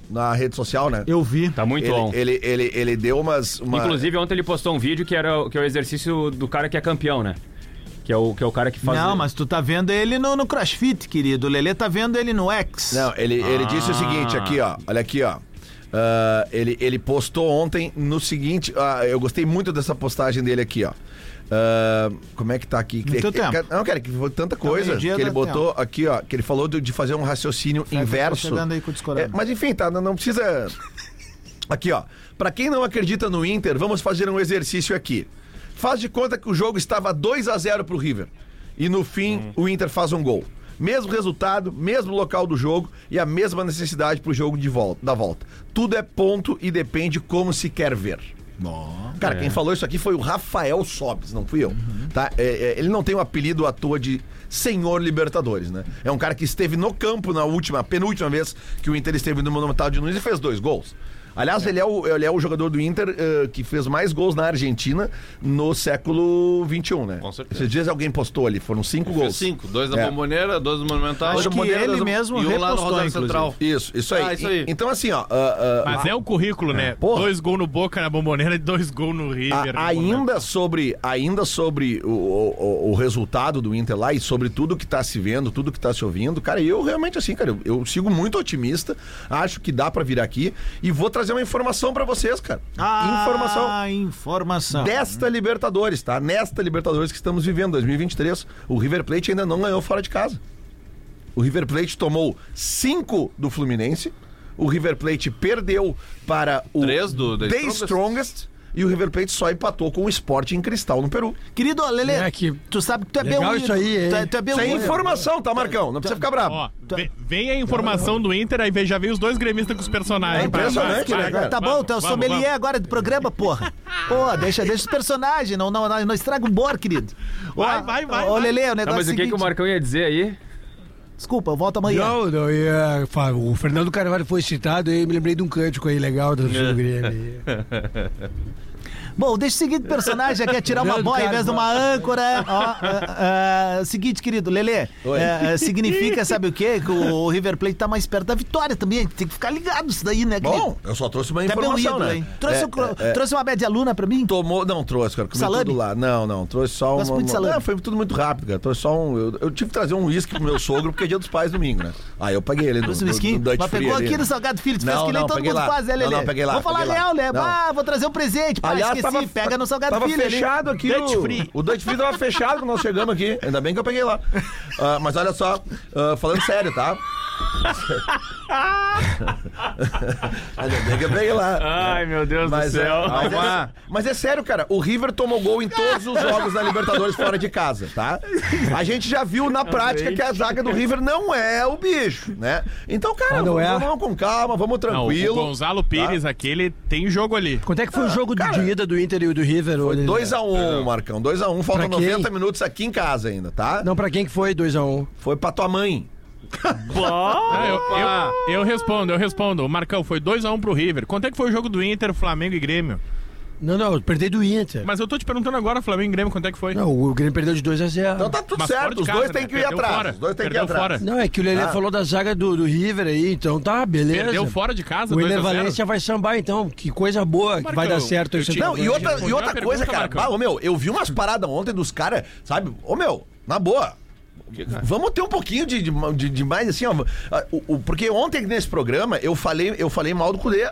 Speaker 3: na rede social, né?
Speaker 2: Eu vi.
Speaker 7: Tá muito
Speaker 3: ele,
Speaker 7: on.
Speaker 3: Ele, ele, ele deu umas... Uma...
Speaker 7: Inclusive, ontem ele postou um vídeo que, era, o- que é o exercício do cara que é campeão, né? Que é o, que é o cara que faz.
Speaker 2: Não, mas tu tá vendo ele no, no CrossFit, querido. O Lele tá vendo ele no X.
Speaker 3: Não, ele,
Speaker 7: Ah.
Speaker 3: ele disse o seguinte aqui, ó. Olha aqui, ó. Ah, ele, ele postou ontem no seguinte. ah, eu gostei muito dessa postagem dele aqui, ó. Ah, como é que tá aqui?
Speaker 2: No teu
Speaker 3: É, é,
Speaker 2: tempo.
Speaker 3: Não, cara, que foi tanta coisa que
Speaker 2: meio-dia
Speaker 3: ele
Speaker 2: dá
Speaker 3: botou aqui, ó. Que ele falou do- de fazer um raciocínio
Speaker 2: eu tô
Speaker 3: inverso.
Speaker 2: chegando aí com o Discorama.
Speaker 3: É, mas enfim, tá, não, não precisa. Aqui, ó. Pra quem não acredita no Inter, vamos fazer um exercício aqui. Faz de conta que o jogo estava 2 a 0 pro River. E no fim, o Inter faz um gol. Mesmo resultado, mesmo local do jogo e a mesma necessidade pro jogo de volta, da volta. Tudo é ponto e depende como se quer ver. Cara, quem falou isso aqui foi o Rafael Sobes, não fui eu.
Speaker 6: Uhum.
Speaker 3: Tá? É, é, ele não tem o apelido à toa de Senhor Libertadores, né? É um cara que esteve no campo na última, penúltima vez que o Inter esteve no Monumental de Nunes e fez dois gols. Aliás, ele, é o, ele é o jogador do Inter eh, que fez mais gols na Argentina no século XXI, né?
Speaker 6: Com certeza.
Speaker 3: Esses dias alguém postou ali, foram cinco
Speaker 6: Fez
Speaker 3: gols.
Speaker 6: cinco. Dois da
Speaker 3: É.
Speaker 6: Bomboneira, dois do Monumental.
Speaker 2: Acho
Speaker 6: dois da
Speaker 2: que
Speaker 6: Bomboneira,
Speaker 2: ele
Speaker 6: dois da-
Speaker 2: mesmo
Speaker 6: e um lá no
Speaker 2: repostou,
Speaker 6: Rosário
Speaker 2: inclusive.
Speaker 6: Central.
Speaker 3: Isso, isso aí.
Speaker 6: Ah, isso aí.
Speaker 3: E- então, assim, ó. ah, ah,
Speaker 4: Mas é o currículo, né?
Speaker 3: porra.
Speaker 4: Dois gols no Boca na Bomboneira e dois gols no
Speaker 3: A-
Speaker 4: River. né?
Speaker 3: ainda sobre, ainda sobre o, o- o resultado do Inter lá e sobre tudo que tá se vendo, tudo que tá se ouvindo, cara, eu realmente assim, cara, eu, eu sigo muito otimista, acho que dá pra vir aqui e vou trazer uma informação pra vocês, cara. Informação
Speaker 2: Ah, informação.
Speaker 3: desta Libertadores, tá? Nesta Libertadores que estamos vivendo, 2023, o River Plate ainda não ganhou fora de casa. O River Plate tomou 5 do Fluminense, o River Plate perdeu para o
Speaker 6: Três do- da
Speaker 3: The
Speaker 6: Strongest.
Speaker 3: Strongest e o River Plate só empatou com o Sport em Cristal no Peru.
Speaker 2: Querido Lele,
Speaker 5: É que-
Speaker 2: tu sabe que tu é
Speaker 5: Legal
Speaker 2: bem
Speaker 5: isso aí, hein?
Speaker 2: Tu é, tu é bem
Speaker 3: Isso aí é
Speaker 2: unido.
Speaker 3: informação, tá, Marcão? Não precisa ficar bravo.
Speaker 4: Ó, ve- vem a informação do Inter, aí vem- já veio os dois gremistas com os personagens.
Speaker 3: É impressionante, né, cara?
Speaker 2: Tá bom, tu é o
Speaker 4: vamos,
Speaker 2: sommelier
Speaker 4: vamos.
Speaker 2: agora do programa, porra. Pô, deixa, deixa os personagens, não, não, não, não estraga o bor, querido. Ó,
Speaker 4: Vai, vai, vai,
Speaker 2: Ô,
Speaker 4: vai.
Speaker 2: Lele, o negócio
Speaker 7: Tá, mas
Speaker 2: é
Speaker 7: o que,
Speaker 2: seguinte.
Speaker 7: que o Marcão ia dizer aí?
Speaker 2: Desculpa, eu volto amanhã.
Speaker 8: Não, não, e, é, fa- o Fernando Carvalho foi citado e eu me lembrei de um cântico aí legal
Speaker 4: É.
Speaker 8: do do Grêmio.
Speaker 2: Bom, deixa o seguinte personagem aqui, é tirar uma
Speaker 8: Grande
Speaker 2: boia em vez de uma âncora. Ó, ah, ah, seguinte, querido, Lelê, é,
Speaker 3: [laughs]
Speaker 2: significa, sabe o quê? Que o River Plate tá mais perto da vitória também. Tem que ficar ligado isso daí, né, querido?
Speaker 3: Bom, eu só trouxe uma
Speaker 2: Tá bem
Speaker 3: informação,
Speaker 2: unido,
Speaker 3: né?
Speaker 2: hein? Trouxe,
Speaker 3: É,
Speaker 2: um cro-
Speaker 3: é, é.
Speaker 2: trouxe uma média luna pra mim?
Speaker 3: Tomou, não, trouxe, cara. Comi
Speaker 2: Salame?
Speaker 3: tudo lá. Não, não, trouxe só
Speaker 2: Gosto
Speaker 3: uma.
Speaker 2: muito de salame.
Speaker 3: Não, foi tudo muito rápido, cara. Trouxe só um. Eu, eu tive que trazer um uísque pro meu sogro, porque é dia dos pais domingo, né? Aí eu paguei ele no,
Speaker 2: Trouxe
Speaker 3: no,
Speaker 2: um
Speaker 3: no,
Speaker 2: skin.
Speaker 3: Duty
Speaker 2: Mas
Speaker 3: Free
Speaker 2: pegou
Speaker 3: ali,
Speaker 2: aqui
Speaker 3: né?
Speaker 2: no Salgado Filho, tu fez
Speaker 3: Não,
Speaker 2: que nem
Speaker 3: não,
Speaker 2: todo
Speaker 3: peguei
Speaker 2: mundo
Speaker 3: lá.
Speaker 2: faz, né,
Speaker 3: Não,
Speaker 2: Lelê?
Speaker 3: não, peguei lá,
Speaker 2: Vou falar
Speaker 3: peguei lá.
Speaker 2: real, né?
Speaker 3: Não.
Speaker 2: Ah, vou trazer um presente. Pá,
Speaker 3: Aliás,
Speaker 2: esqueci,
Speaker 3: tava,
Speaker 2: pega no Salgado
Speaker 3: tava
Speaker 2: Filho. ali.
Speaker 3: fechado aqui.
Speaker 4: Duty
Speaker 3: o,
Speaker 4: free.
Speaker 3: o Duty Free tava fechado quando nós chegamos aqui. Ainda bem que eu peguei lá. Ah, mas olha só, ah, falando sério, tá? [laughs] Ainda bem que eu peguei lá.
Speaker 7: Ai, meu Deus
Speaker 3: Mas é, mas, é, mas é sério, cara. O River tomou gol em todos os jogos da Libertadores fora de casa, tá? A gente já viu na prática que a zaga do River não é o bicho, né? Então, cara,
Speaker 8: Ah, não
Speaker 3: vamos,
Speaker 8: é?
Speaker 3: vamos com calma, vamos
Speaker 4: Não, o
Speaker 3: tranquilo. Tá.
Speaker 4: Gonzalo Pires, aquele, tem jogo ali.
Speaker 8: Quanto é que foi o jogo
Speaker 3: cara,
Speaker 8: de ida do Inter e do River? hoje?
Speaker 3: 2x1, Marcão. 2x1, um, faltam
Speaker 8: Pra quem?
Speaker 3: 90 minutos aqui em casa ainda, tá?
Speaker 8: Não, pra quem que foi 2x1?
Speaker 3: Foi pra tua mãe.
Speaker 4: Ah, eu, eu- eu respondo, eu respondo. Marcão, foi 2x1 pro River. Quanto é que foi o jogo do Inter, Flamengo e Grêmio?
Speaker 8: Não, não, eu perdi do Inter.
Speaker 4: Mas eu tô te perguntando agora, Flamengo e Grêmio, quanto é que foi?
Speaker 8: Não, o Grêmio perdeu de 2x0.
Speaker 3: Então tá tudo
Speaker 4: Mas fora
Speaker 3: certo,
Speaker 4: de
Speaker 3: os
Speaker 4: casa,
Speaker 3: dois
Speaker 4: né?
Speaker 3: têm que ir
Speaker 4: Perdeu
Speaker 3: atrás.
Speaker 4: fora.
Speaker 3: Os dois têm que ir
Speaker 4: Perdeu
Speaker 3: atrás.
Speaker 4: fora.
Speaker 8: Não, é que o Lelê
Speaker 3: Ah.
Speaker 8: falou da zaga do, do River aí, então tá,
Speaker 3: é
Speaker 8: beleza.
Speaker 4: Perdeu fora de casa,
Speaker 8: O
Speaker 4: 2
Speaker 8: Inter
Speaker 4: a 0.
Speaker 8: Valência vai sambar então, que coisa boa, que vai dar
Speaker 4: Marcão,
Speaker 8: certo
Speaker 4: eu
Speaker 8: aí.
Speaker 4: te-
Speaker 8: Santa
Speaker 3: Não, e
Speaker 8: Cruz.
Speaker 3: outra, e
Speaker 4: Respondeu a
Speaker 3: outra
Speaker 4: né? pergunta,
Speaker 3: coisa, cara.
Speaker 4: Marcão.
Speaker 3: bah, Ô, meu, eu vi umas paradas ontem dos caras, sabe? Ô, meu, na boa. Vamos ter um pouquinho de, de, de- de mais assim, ó. Ah, o- o- porque ontem nesse programa eu falei, eu falei mal do Cudê.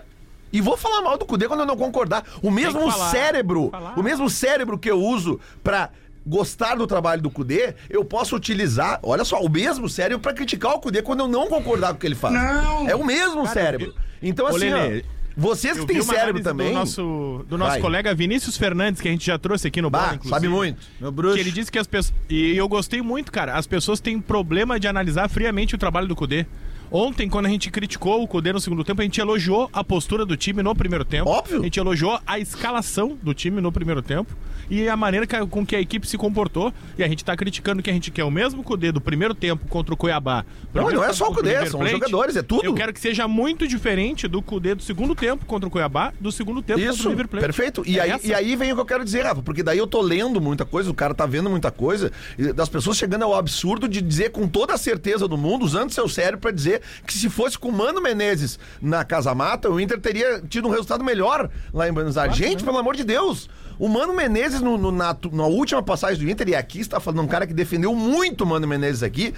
Speaker 3: E vou falar mal do Cudê quando eu não concordar. O mesmo
Speaker 4: falar,
Speaker 3: cérebro,
Speaker 4: tem que falar.
Speaker 3: o mesmo cérebro que eu uso pra gostar do trabalho do Cudê, eu posso utilizar, olha só, o mesmo cérebro pra criticar o Cudê quando eu não concordar com o que ele faz. Não. É o mesmo cérebro. Então
Speaker 4: Ô,
Speaker 3: assim,
Speaker 4: Lelê,
Speaker 3: ó, vocês que
Speaker 4: Eu
Speaker 3: têm
Speaker 4: vi uma
Speaker 3: é cérebro
Speaker 4: análise
Speaker 3: também.
Speaker 4: Do nosso, do nosso
Speaker 3: Vai.
Speaker 4: colega Vinícius Fernandes, que a gente já trouxe aqui no
Speaker 3: Bah,
Speaker 4: bar, inclusive.
Speaker 3: sabe muito.
Speaker 2: Meu
Speaker 4: Que ele disse que as pessoas. E eu gostei muito, cara. As pessoas têm problema de analisar friamente o trabalho do Cudê. Ontem, quando a gente criticou o Cudê no segundo tempo, a gente elogiou a postura do time no primeiro tempo.
Speaker 3: Óbvio.
Speaker 4: A gente elogiou a escalação do time no primeiro tempo e a maneira que a- com que a equipe se comportou. E a gente tá criticando que a gente quer o mesmo Cudê do primeiro tempo contra o Cuiabá. Primeiro
Speaker 3: não é
Speaker 4: tempo
Speaker 3: só o
Speaker 4: contra
Speaker 3: Kudê,
Speaker 4: River
Speaker 3: são os
Speaker 4: Plate.
Speaker 3: jogadores, é tudo.
Speaker 4: Eu quero que seja muito diferente do Cudê do segundo tempo contra o Cuiabá, do segundo tempo contra
Speaker 3: Isso,
Speaker 4: o River Plate.
Speaker 3: perfeito. E,
Speaker 4: É
Speaker 3: aí,
Speaker 4: essa.
Speaker 3: e aí vem o que eu quero dizer, Rafa, porque daí eu tô lendo muita coisa, o cara tá vendo muita coisa, e das pessoas chegando ao absurdo de dizer com toda a certeza do mundo, usando seu cérebro pra dizer que se fosse com o Mano Menezes na Casa Mata, o Inter teria tido um resultado melhor lá em Buenos Aires. Gente, pelo amor de Deus! O Mano Menezes, no, no- na, na última passagem do Inter, e aqui está falando um cara que defendeu muito o Mano Menezes aqui,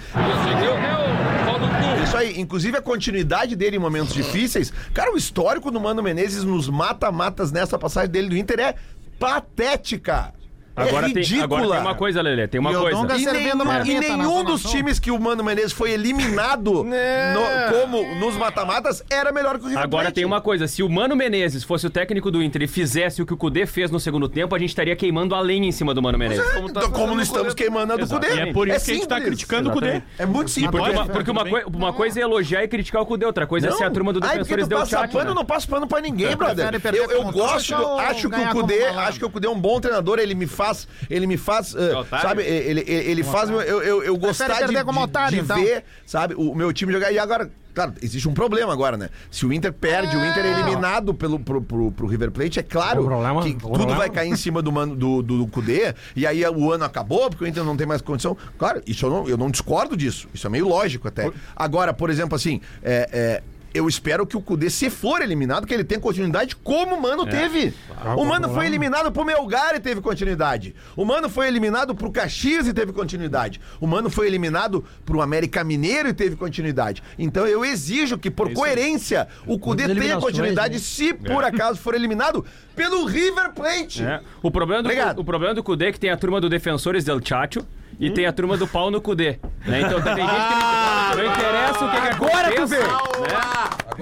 Speaker 3: isso aí, inclusive a continuidade dele em momentos difíceis. Cara, o histórico do Mano Menezes nos mata-matas nessa passagem dele do Inter é patética.
Speaker 7: Agora, tem,
Speaker 3: ridícula.
Speaker 7: agora tem uma coisa, Lelê, tem uma coisa.
Speaker 2: Donga-
Speaker 3: E, um
Speaker 2: servindo
Speaker 3: nenhum-
Speaker 2: marmita
Speaker 3: e
Speaker 2: na
Speaker 3: nenhum dos
Speaker 2: formação. Né?
Speaker 3: times que o Mano Menezes
Speaker 2: [laughs]
Speaker 3: foi eliminado no- como nos mata-matas era melhor que o River
Speaker 7: Agora
Speaker 3: Plate.
Speaker 7: tem uma coisa, se o Mano Menezes fosse o técnico do Inter e fizesse o que o Cudê fez no segundo tempo, a gente estaria queimando a lenha em cima do Mano Menezes.
Speaker 3: Como, tá como não estamos queimando a do
Speaker 7: Exato.
Speaker 3: Cudê.
Speaker 7: E
Speaker 4: É por isso que a gente tá
Speaker 3: simples.
Speaker 4: criticando o
Speaker 7: Exatamente.
Speaker 4: Cudê.
Speaker 3: É muito simples.
Speaker 7: Porque,
Speaker 4: Pode,
Speaker 7: uma, porque uma
Speaker 4: tudo bem.
Speaker 7: coi- uma coisa é elogiar e criticar o Cudê, outra coisa é ser a turma do
Speaker 3: Ai, porque
Speaker 7: Defensores
Speaker 3: tu
Speaker 7: deu
Speaker 3: passa
Speaker 7: chat. né?
Speaker 3: pano, eu não passo pano pra
Speaker 2: Tá,
Speaker 3: ninguém, brother.
Speaker 2: prefere perder
Speaker 3: Eu, eu
Speaker 2: como
Speaker 3: gosto,
Speaker 2: trouxa ou
Speaker 3: acho que o
Speaker 2: ganhar como
Speaker 3: Cudê,
Speaker 2: malandro?
Speaker 3: acho que o Cudê é um bom treinador, ele me faz, ele me faz, eh,
Speaker 6: otário?
Speaker 3: sabe, ele, ele, ele faz, meu- eu, eu, eu gostar de,
Speaker 2: Um perder como
Speaker 3: de-
Speaker 2: otário,
Speaker 3: de
Speaker 2: então.
Speaker 3: ver, sabe, o meu time jogar. E agora, claro, existe um problema agora, né? Se o Inter perde, o
Speaker 2: Ah.
Speaker 3: Inter é eliminado pelo, pro, pro- pro River Plate, é claro
Speaker 5: O problema-
Speaker 3: que
Speaker 5: o
Speaker 3: tudo
Speaker 5: problema-
Speaker 3: vai cair em cima do, mano, do, do, do Cudê, e aí o ano acabou, porque o Inter não tem mais condição. Claro, isso eu não, eu não discordo disso, isso é meio lógico até. Agora, por exemplo, assim, é, é, eu espero que o Cudê, se for eliminado, que ele tenha continuidade como o Mano teve. O Mano foi eliminado pro Melgar e teve continuidade. O Mano foi eliminado pro Caxias e teve continuidade. O Mano foi eliminado pro América Mineiro e teve continuidade. Então eu exijo que, por coerência, o Cudê tenha
Speaker 9: eliminações,
Speaker 3: continuidade
Speaker 9: né?
Speaker 3: se por acaso for eliminado pelo River Plate.
Speaker 7: É. O problema
Speaker 3: Obrigado.
Speaker 7: do, o problema do Cudê é que tem a turma do Defensores del Chacho e tem a turma do pau no Cudê. Né? Então tem gente que não, não interessa o que, que
Speaker 3: Agora tu
Speaker 7: aconteça.
Speaker 3: vê.
Speaker 7: né?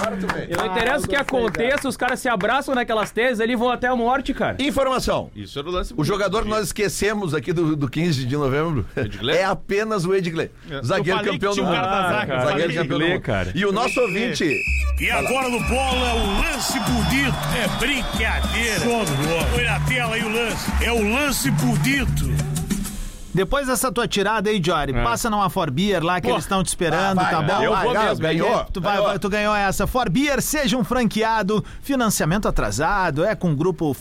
Speaker 3: Agora tu vê.
Speaker 7: Não interessa
Speaker 3: Ah,
Speaker 7: o que aconteça, os caras se abraçam naquelas teses ali e vão até a morte, cara.
Speaker 3: Informação.
Speaker 6: Isso era o lance.
Speaker 3: O jogador que nós esquecemos aqui do, do 15 de novembro
Speaker 6: Edgley?
Speaker 3: é apenas o Edgley.
Speaker 4: Eu
Speaker 3: Zagueiro
Speaker 4: falei que
Speaker 3: campeão do
Speaker 4: tinha um
Speaker 3: mundo.
Speaker 4: cara da zaga, eu
Speaker 3: Zagueiro
Speaker 4: falei.
Speaker 3: campeão do
Speaker 7: Edgley,
Speaker 3: mundo.
Speaker 7: cara.
Speaker 3: E o nosso ouvinte.
Speaker 10: E agora no bola, o lance bonito. É brincadeira. Foi na tela aí o lance. É o lance bonito.
Speaker 2: Depois dessa tua tirada aí, Jory, passa numa Forbier lá que eles estão te esperando, tá bom?
Speaker 7: eu
Speaker 3: É. ah, vai, né?
Speaker 7: vou
Speaker 3: vai,
Speaker 7: mesmo,
Speaker 3: ganhou.
Speaker 2: Tu, vai- vai- tu ganhou essa. Forbier, seja um franqueado. Financiamento atrasado é com o grupo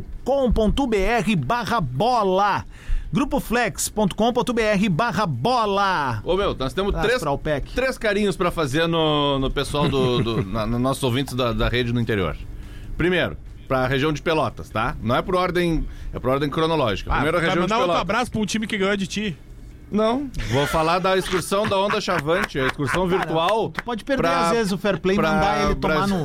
Speaker 2: flex.com.br barra bola. Grupoflex.com.br barra bola.
Speaker 6: Ô meu, nós temos
Speaker 2: Traz
Speaker 6: três,
Speaker 2: pra OPEC.
Speaker 6: três carinhos pra fazer no, no pessoal do. do na, nos nossos ouvintes da, da rede no interior. Primeiro, pra região de Pelotas, tá? Não é por ordem. É por ordem cronológica.
Speaker 4: Ah,
Speaker 6: Primeiro a
Speaker 4: vai
Speaker 6: região de
Speaker 4: mandar outro
Speaker 6: Pelotas.
Speaker 4: abraço pro um time que ganhou de ti.
Speaker 6: Não. Vou falar da excursão da Onda Chavante, a excursão virtual.
Speaker 2: Tu pode perder
Speaker 6: pra-
Speaker 2: às vezes o fair play e
Speaker 6: pra
Speaker 2: mandar ele tomar
Speaker 6: Brasil-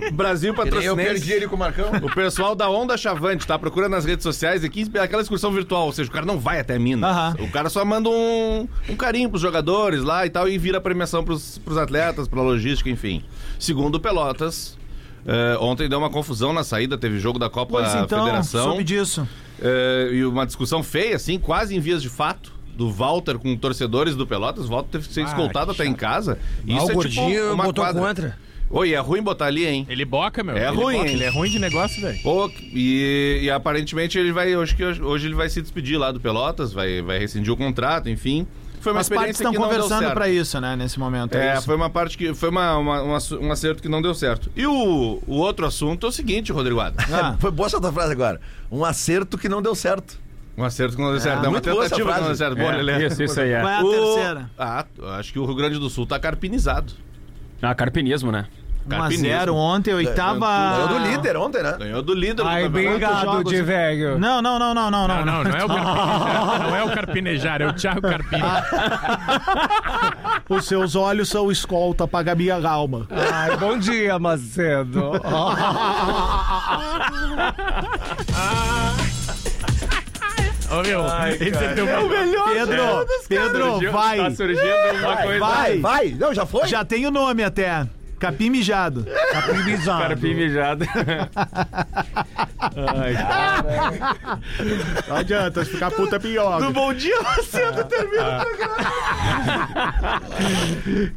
Speaker 2: no...
Speaker 6: [laughs] Brasil
Speaker 3: Eu
Speaker 6: patrocinense.
Speaker 3: perdi ele com o Marcão.
Speaker 6: O pessoal da Onda Chavante, tá? Procura nas redes sociais aqui aquela excursão virtual. Ou seja, o cara não vai até Minas.
Speaker 2: Aham.
Speaker 6: O cara só manda um, um carinho pros jogadores lá e tal e vira premiação pros, pros atletas, pra logística, enfim. Segundo o Pelotas. eh, ontem deu uma confusão na saída, teve jogo da Copa
Speaker 2: Pois então,
Speaker 6: Federação.
Speaker 2: soube disso.
Speaker 6: É, e uma discussão feia, assim, quase em vias de fato. Do Walter com torcedores do Pelotas, o Walter teve que ser escoltado até em casa. E
Speaker 8: Ah, o
Speaker 6: tipo
Speaker 8: gordinho
Speaker 6: uma
Speaker 8: botou
Speaker 6: quadra.
Speaker 8: contra.
Speaker 6: Oi, é ruim botar ali, hein?
Speaker 4: Ele boca, meu.
Speaker 6: É
Speaker 4: ele
Speaker 6: ruim,
Speaker 4: boca,
Speaker 6: hein?
Speaker 4: Ele é ruim de negócio, velho.
Speaker 6: Pô, e, e aparentemente ele vai. Hoje, que hoje, hoje ele vai se despedir lá do Pelotas, vai, vai rescindir o contrato, enfim. Foi uma
Speaker 2: As partes
Speaker 6: experiência
Speaker 2: estão
Speaker 6: que não deu
Speaker 2: conversando
Speaker 6: certo.
Speaker 2: pra isso, né, nesse momento.
Speaker 6: É,
Speaker 2: isso.
Speaker 6: foi uma parte que. Foi uma, uma- um assu- um acerto que não deu certo. E o, o outro assunto é o seguinte, Rodrigo Adams.
Speaker 2: [laughs] Ah.
Speaker 3: é, Foi boa essa tua frase agora. Um acerto que não deu certo.
Speaker 6: Um acerto que não deu certo. É, uma
Speaker 3: muito boa essa
Speaker 6: tentativa que não deu
Speaker 3: frase.
Speaker 6: certo. Boa, Lelê.
Speaker 7: É, isso, isso aí é.
Speaker 2: Qual é a
Speaker 6: [laughs] O-
Speaker 2: terceira?
Speaker 6: Ah, acho que o Rio Grande do Sul tá carpinizado.
Speaker 7: Ah, carpinismo, né?
Speaker 2: 1x0
Speaker 6: Carpinismo.
Speaker 2: ontem,
Speaker 3: Ganhou
Speaker 2: oitava...
Speaker 3: do líder ontem, né?
Speaker 6: Ganhou do líder
Speaker 5: Ai,
Speaker 6: do campeonato.
Speaker 5: obrigado,
Speaker 2: jogos?
Speaker 5: de
Speaker 3: [laughs]
Speaker 5: velho.
Speaker 2: Não, não, não, não, não,
Speaker 4: Não,
Speaker 2: não.
Speaker 4: não, não é o carpinejar. não é o carpinejar, é o Thiago Carpini.
Speaker 2: Os seus olhos são escolta para minha alma.
Speaker 6: Ah,
Speaker 5: Ai, bom dia,
Speaker 4: [laughs]
Speaker 5: Macedo.
Speaker 4: Ô, meu, esse é teu
Speaker 2: Pedro, Pedro, vai.
Speaker 7: Tá surgindo uma
Speaker 3: Vai,
Speaker 7: coisa.
Speaker 2: Vai.
Speaker 3: vai. Não, já foi?
Speaker 2: Já tem o nome até. Capim
Speaker 6: [laughs]
Speaker 2: mijado.
Speaker 7: Carpim mijado. Ai, cara.
Speaker 2: Não adianta, ficar puta pior. Ah. Do bom dia, você não termina o programa. Ah.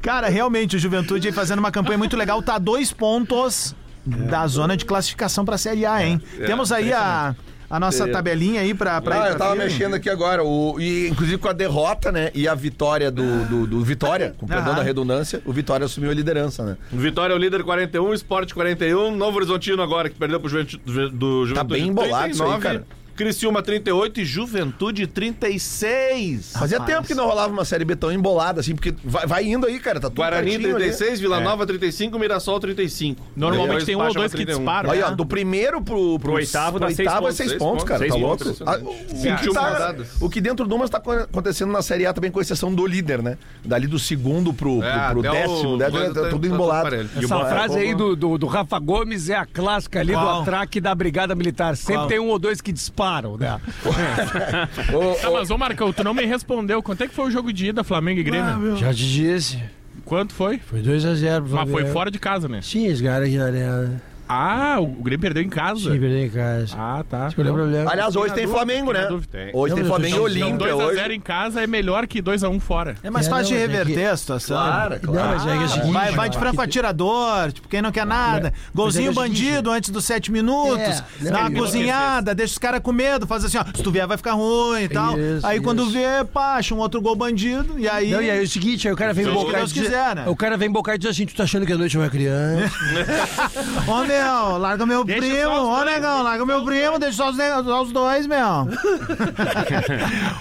Speaker 2: Cara, realmente, o Juventude aí fazendo uma campanha muito legal. Tá a dois pontos da zona de classificação pra Série A, hein? Temos aí a, a nossa tabelinha aí pra... pra
Speaker 3: Ah,
Speaker 2: ir
Speaker 3: eu
Speaker 2: pra
Speaker 3: tava
Speaker 2: firme.
Speaker 3: mexendo aqui agora, o, e, inclusive com a derrota, né? E a vitória do, do, do Vitória, com perdão
Speaker 2: Aham.
Speaker 3: da redundância, o Vitória assumiu a liderança, né?
Speaker 6: Vitória é o líder 41, Sport 41, Novo Horizontino agora que perdeu pro Juventude do Juventude.
Speaker 3: Tá bem embolado isso aí, cara.
Speaker 6: Criciúma 38 e Juventude 36.
Speaker 3: Fazia tempo que não rolava uma série B tão embolada, assim, porque vai, vai indo aí, cara. Tá tudo
Speaker 6: Guarani
Speaker 3: pertinho ali. É.
Speaker 6: 36, Vila Nova 35, Mirassol 35.
Speaker 4: Normalmente
Speaker 6: Depois
Speaker 4: tem um ou
Speaker 6: Pacha
Speaker 4: dois que
Speaker 6: 31.
Speaker 4: disparam.
Speaker 3: Aí, ó,
Speaker 4: né?
Speaker 3: do primeiro pro, pro,
Speaker 7: oitavo dá
Speaker 3: pro
Speaker 7: seis
Speaker 3: oitavo é
Speaker 7: pontos.
Speaker 3: seis
Speaker 6: Seis
Speaker 3: pontos, cara. tá
Speaker 7: pontos, seis
Speaker 3: louco?
Speaker 7: pontos,
Speaker 3: Ah, o- o, que
Speaker 6: 21
Speaker 3: tá-
Speaker 6: rodadas.
Speaker 3: o que dentro do Umas tá co- acontecendo na Série A também, com exceção do líder, né? Dali do segundo pro, pro,
Speaker 6: É,
Speaker 3: pro
Speaker 6: até o-
Speaker 3: décimo, né?
Speaker 6: coisa
Speaker 3: tá,
Speaker 6: tá-
Speaker 3: tudo
Speaker 6: tá
Speaker 3: embolado.
Speaker 6: tudo parelho.
Speaker 3: E o
Speaker 5: Essa
Speaker 3: Botafogo-
Speaker 5: frase aí do, do, do Rafa Gomes é a clássica ali do atraque da Brigada Militar. Sempre tem um ou dois que param, né?
Speaker 4: Tá, mas ô Marcão, tu não me respondeu. Quanto é que foi o jogo de ida, Flamengo e
Speaker 5: Ah,
Speaker 4: Grêmio?
Speaker 8: Já te disse.
Speaker 4: Quanto foi?
Speaker 8: Foi 2x0.
Speaker 4: um- Mas foi fora de casa, né?
Speaker 8: Sim, eles ganharam aqui na arena.
Speaker 4: Ah, o Grêmio perdeu em casa.
Speaker 8: Sim, perdi em casa.
Speaker 4: Ah, tá.
Speaker 8: Escolheu o problema.
Speaker 3: Aliás, hoje tem Flamengo, né?
Speaker 4: dúvida.
Speaker 3: Hoje tem
Speaker 8: Não,
Speaker 3: Flamengo e
Speaker 8: não,
Speaker 4: Então,
Speaker 3: Olímpia.
Speaker 4: 2x0
Speaker 3: Hoje.
Speaker 4: em casa é melhor que 2x1 fora.
Speaker 2: É mais
Speaker 8: É,
Speaker 2: fácil de
Speaker 8: não, é
Speaker 2: reverter
Speaker 8: que-
Speaker 2: a situação.
Speaker 3: Claro,
Speaker 8: Não,
Speaker 3: claro.
Speaker 8: mas é que é o seguinte,
Speaker 2: Vai, vai de
Speaker 8: ó,
Speaker 2: franco atirador, tipo, quem não quer nada. Golzinho
Speaker 8: mas é que eu te
Speaker 2: bandido antes dos sete minutos.
Speaker 8: É,
Speaker 2: dá
Speaker 8: não,
Speaker 2: uma
Speaker 8: não.
Speaker 2: cozinhada, deixa os caras com medo, faz assim, ó. Se tu vier, vai ficar ruim e tal.
Speaker 8: Isso,
Speaker 2: aí quando
Speaker 8: isso.
Speaker 2: vê, pá, acha um outro gol bandido. E aí.
Speaker 8: Não, e aí é o seguinte, aí o cara vem
Speaker 2: Seja o que
Speaker 8: bocar e
Speaker 2: Deus
Speaker 8: diz,
Speaker 2: quiser, né?
Speaker 8: O cara vem bocar e diz assim, tu tá achando que a noite é uma criança?
Speaker 2: Ô meu, larga meu
Speaker 4: Deixa
Speaker 2: primo,
Speaker 4: só os
Speaker 2: ô
Speaker 4: dois,
Speaker 2: negão, larga meu primo, deixa só os, ne- só os dois, meu.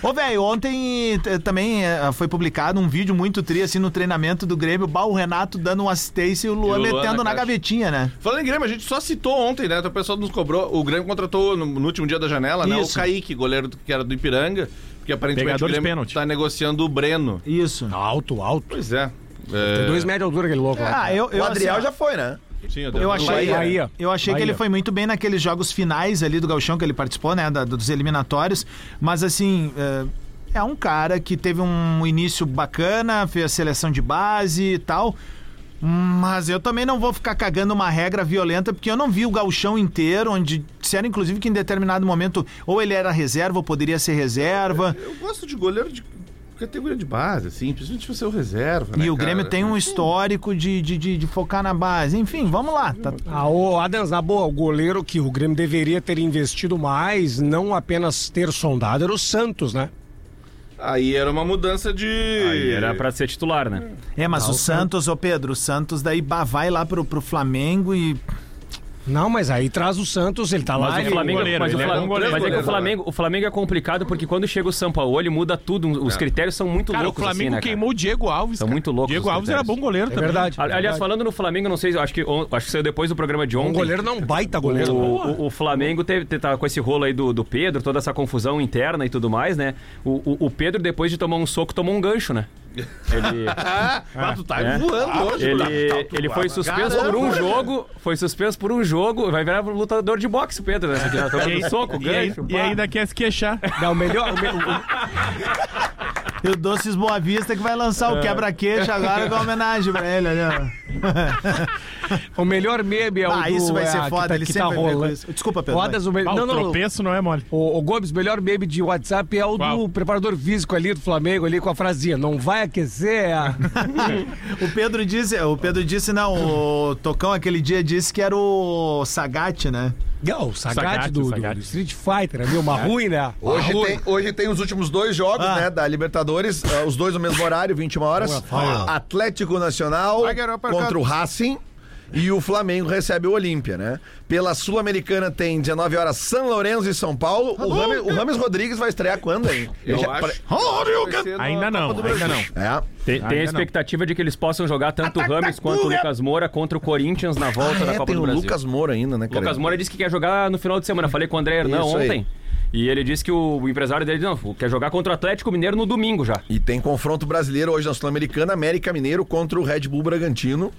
Speaker 2: ô velho, ontem eh, também eh, foi publicado um vídeo muito tri, assim, no treinamento do Grêmio, bah, o Renato dando uma assistência e o Luan
Speaker 6: E o Luan
Speaker 2: metendo
Speaker 6: na
Speaker 2: na,
Speaker 6: caixa.
Speaker 2: gavetinha, né?
Speaker 6: Falando em Grêmio, a gente só citou ontem, né? O pessoal nos cobrou. O Grêmio contratou no, no último dia da janela, né? O
Speaker 2: Isso.
Speaker 6: Kaique, goleiro do- que era do Ipiranga, porque aparentemente
Speaker 4: Pegador de
Speaker 6: o Grêmio
Speaker 4: pênalti.
Speaker 6: tá negociando o Breno.
Speaker 2: Isso.
Speaker 5: Alto, alto.
Speaker 6: Pois é. É,
Speaker 5: Dois metros de altura aquele louco né? lá.
Speaker 2: Ah, eu, eu,
Speaker 3: O Adriel
Speaker 2: assim, ó,
Speaker 3: já foi, né?
Speaker 6: sim,
Speaker 2: eu
Speaker 6: Adriano.
Speaker 2: achei,
Speaker 3: Bahia.
Speaker 5: Bahia.
Speaker 2: eu achei que
Speaker 5: Bahia.
Speaker 2: ele foi muito bem naqueles jogos finais ali do Galchão que ele participou, né? da- dos eliminatórios. Mas assim. eh, é um cara que teve um início bacana, fez a seleção de base e tal. Mas eu também não vou ficar cagando uma regra violenta, porque eu não vi o gauchão inteiro, onde disseram, inclusive, que em determinado momento ou ele era reserva ou poderia ser reserva.
Speaker 6: Eu gosto de goleiro de categoria de base, assim, principalmente você o reserva, né,
Speaker 2: E o
Speaker 6: cara?
Speaker 2: Grêmio tem um histórico de, de, de- de focar na base. Enfim, vamos lá. Tá-
Speaker 5: Ah, ô, Adams, na boa, o goleiro que o Grêmio deveria ter investido mais, não apenas ter sondado, era o Santos, né?
Speaker 6: Aí era uma mudança de.
Speaker 7: Aí era pra ser titular, né?
Speaker 2: É, mas o Santos, ô Pedro, o Santos daí bah, vai lá pro, pro Flamengo e.
Speaker 5: Não, mas aí traz o Santos, ele tá lá.
Speaker 7: Mas o
Speaker 5: ele-
Speaker 7: Flamengo,
Speaker 4: goleiro,
Speaker 7: mas o
Speaker 4: ele é
Speaker 7: Flamengo,
Speaker 4: bom goleiro.
Speaker 7: mas é que o
Speaker 6: Goleiro,
Speaker 7: Flamengo, o Flamengo é complicado porque quando chega o Sampaoli muda tudo, os critérios são muito
Speaker 4: Cara, o
Speaker 7: loucos assim,
Speaker 4: Flamengo
Speaker 7: né, cara?
Speaker 4: queimou o Diego Alves.
Speaker 7: São
Speaker 4: cara.
Speaker 7: muito loucos
Speaker 4: Diego
Speaker 7: os
Speaker 4: Alves era bom
Speaker 7: critérios.
Speaker 4: goleiro
Speaker 5: É
Speaker 4: também.
Speaker 5: verdade.
Speaker 7: Ali- Aliás, falando no Flamengo, não sei, eu acho que on- acho que saiu depois do programa de
Speaker 5: [laughs]
Speaker 7: ontem.
Speaker 5: um goleiro não, um baita
Speaker 7: O,
Speaker 5: goleiro.
Speaker 7: o- o Flamengo teve, te- tá com esse rolo aí do, do Pedro, toda essa confusão interna e tudo mais, né? O, o- o Pedro, depois de tomar um soco, tomou um gancho, né? Ele,
Speaker 6: Ah, tu tá
Speaker 7: É.
Speaker 6: voando hoje,
Speaker 7: ele,
Speaker 6: Bruno. Tá, tu
Speaker 7: ele
Speaker 6: tá,
Speaker 7: foi
Speaker 6: mas-
Speaker 7: suspenso
Speaker 6: Caramba,
Speaker 7: por um
Speaker 6: cara.
Speaker 7: jogo, foi suspenso por um jogo, vai virar lutador de boxe, o Pedro, né? Porque tá tomando soco,
Speaker 4: E, aí- né?
Speaker 7: gancho,
Speaker 4: e
Speaker 7: pá.
Speaker 4: ainda quer se queixar.
Speaker 5: Não, o melhor. o me- o-
Speaker 2: E o Doces Boa Vista que vai lançar
Speaker 5: É.
Speaker 2: o quebra-queixo agora com a homenagem pra ele, olha. lá.
Speaker 5: O melhor meme é o
Speaker 2: Ah,
Speaker 5: do-
Speaker 2: isso vai
Speaker 5: é,
Speaker 2: ser
Speaker 5: a
Speaker 2: foda,
Speaker 5: que tá,
Speaker 2: ele
Speaker 5: que tá
Speaker 2: sempre vem com
Speaker 5: rolando.
Speaker 2: isso. Desculpa, Pedro,
Speaker 5: Rodas, o me...
Speaker 4: Ah,
Speaker 5: não,
Speaker 4: o
Speaker 5: não,
Speaker 4: tropeço não é mole.
Speaker 5: o, o Gomes, o melhor meme de WhatsApp é o
Speaker 4: Qual?
Speaker 5: do preparador físico ali do Flamengo, ali com a frasinha, não vai aquecer. [laughs] a-"
Speaker 2: O Pedro disse, o Pedro disse, não, o Tocão aquele dia disse que era o Sagat, né?
Speaker 5: Não, o Sagat,
Speaker 4: Sagat,
Speaker 5: do, do-
Speaker 4: Sagat.
Speaker 5: do Street Fighter, né? meu, uma ruim, né?
Speaker 3: Hoje tem, hoje tem os últimos dois jogos,
Speaker 2: Ah.
Speaker 3: né? Da Libertadores, eh, os dois no mesmo horário, 21 horas. Ah. Atlético Nacional contra o Racing. E o Flamengo recebe o Olímpia, né? Pela Sul-Americana tem 19 horas São Lourenço e São Paulo. O Rames, o Rames Rodrigues vai estrear quando, hein?
Speaker 6: Eu
Speaker 3: Já-
Speaker 6: acho. Vai ser na
Speaker 5: tá
Speaker 4: Ainda não,
Speaker 6: Copa do
Speaker 4: ainda não.
Speaker 6: Brasil.
Speaker 3: É.
Speaker 7: Tem, tem a
Speaker 4: Ainda não.
Speaker 7: expectativa de que eles possam jogar tanto o Rames quanto o Lucas Moura contra o Corinthians na volta
Speaker 3: Ah,
Speaker 7: da
Speaker 3: é,
Speaker 7: Copa
Speaker 3: tem
Speaker 7: do
Speaker 3: o
Speaker 7: Brasil.
Speaker 3: Lucas Moura ainda, né, cara?
Speaker 7: Lucas Moura disse que quer jogar no final de semana. Falei com o André Hernan
Speaker 3: Isso aí.
Speaker 7: ontem. E ele disse que o empresário dele não, quer jogar contra o Atlético Mineiro no domingo já.
Speaker 3: E tem confronto brasileiro hoje na Sul-Americana, América Mineiro contra o Red Bull Bragantino.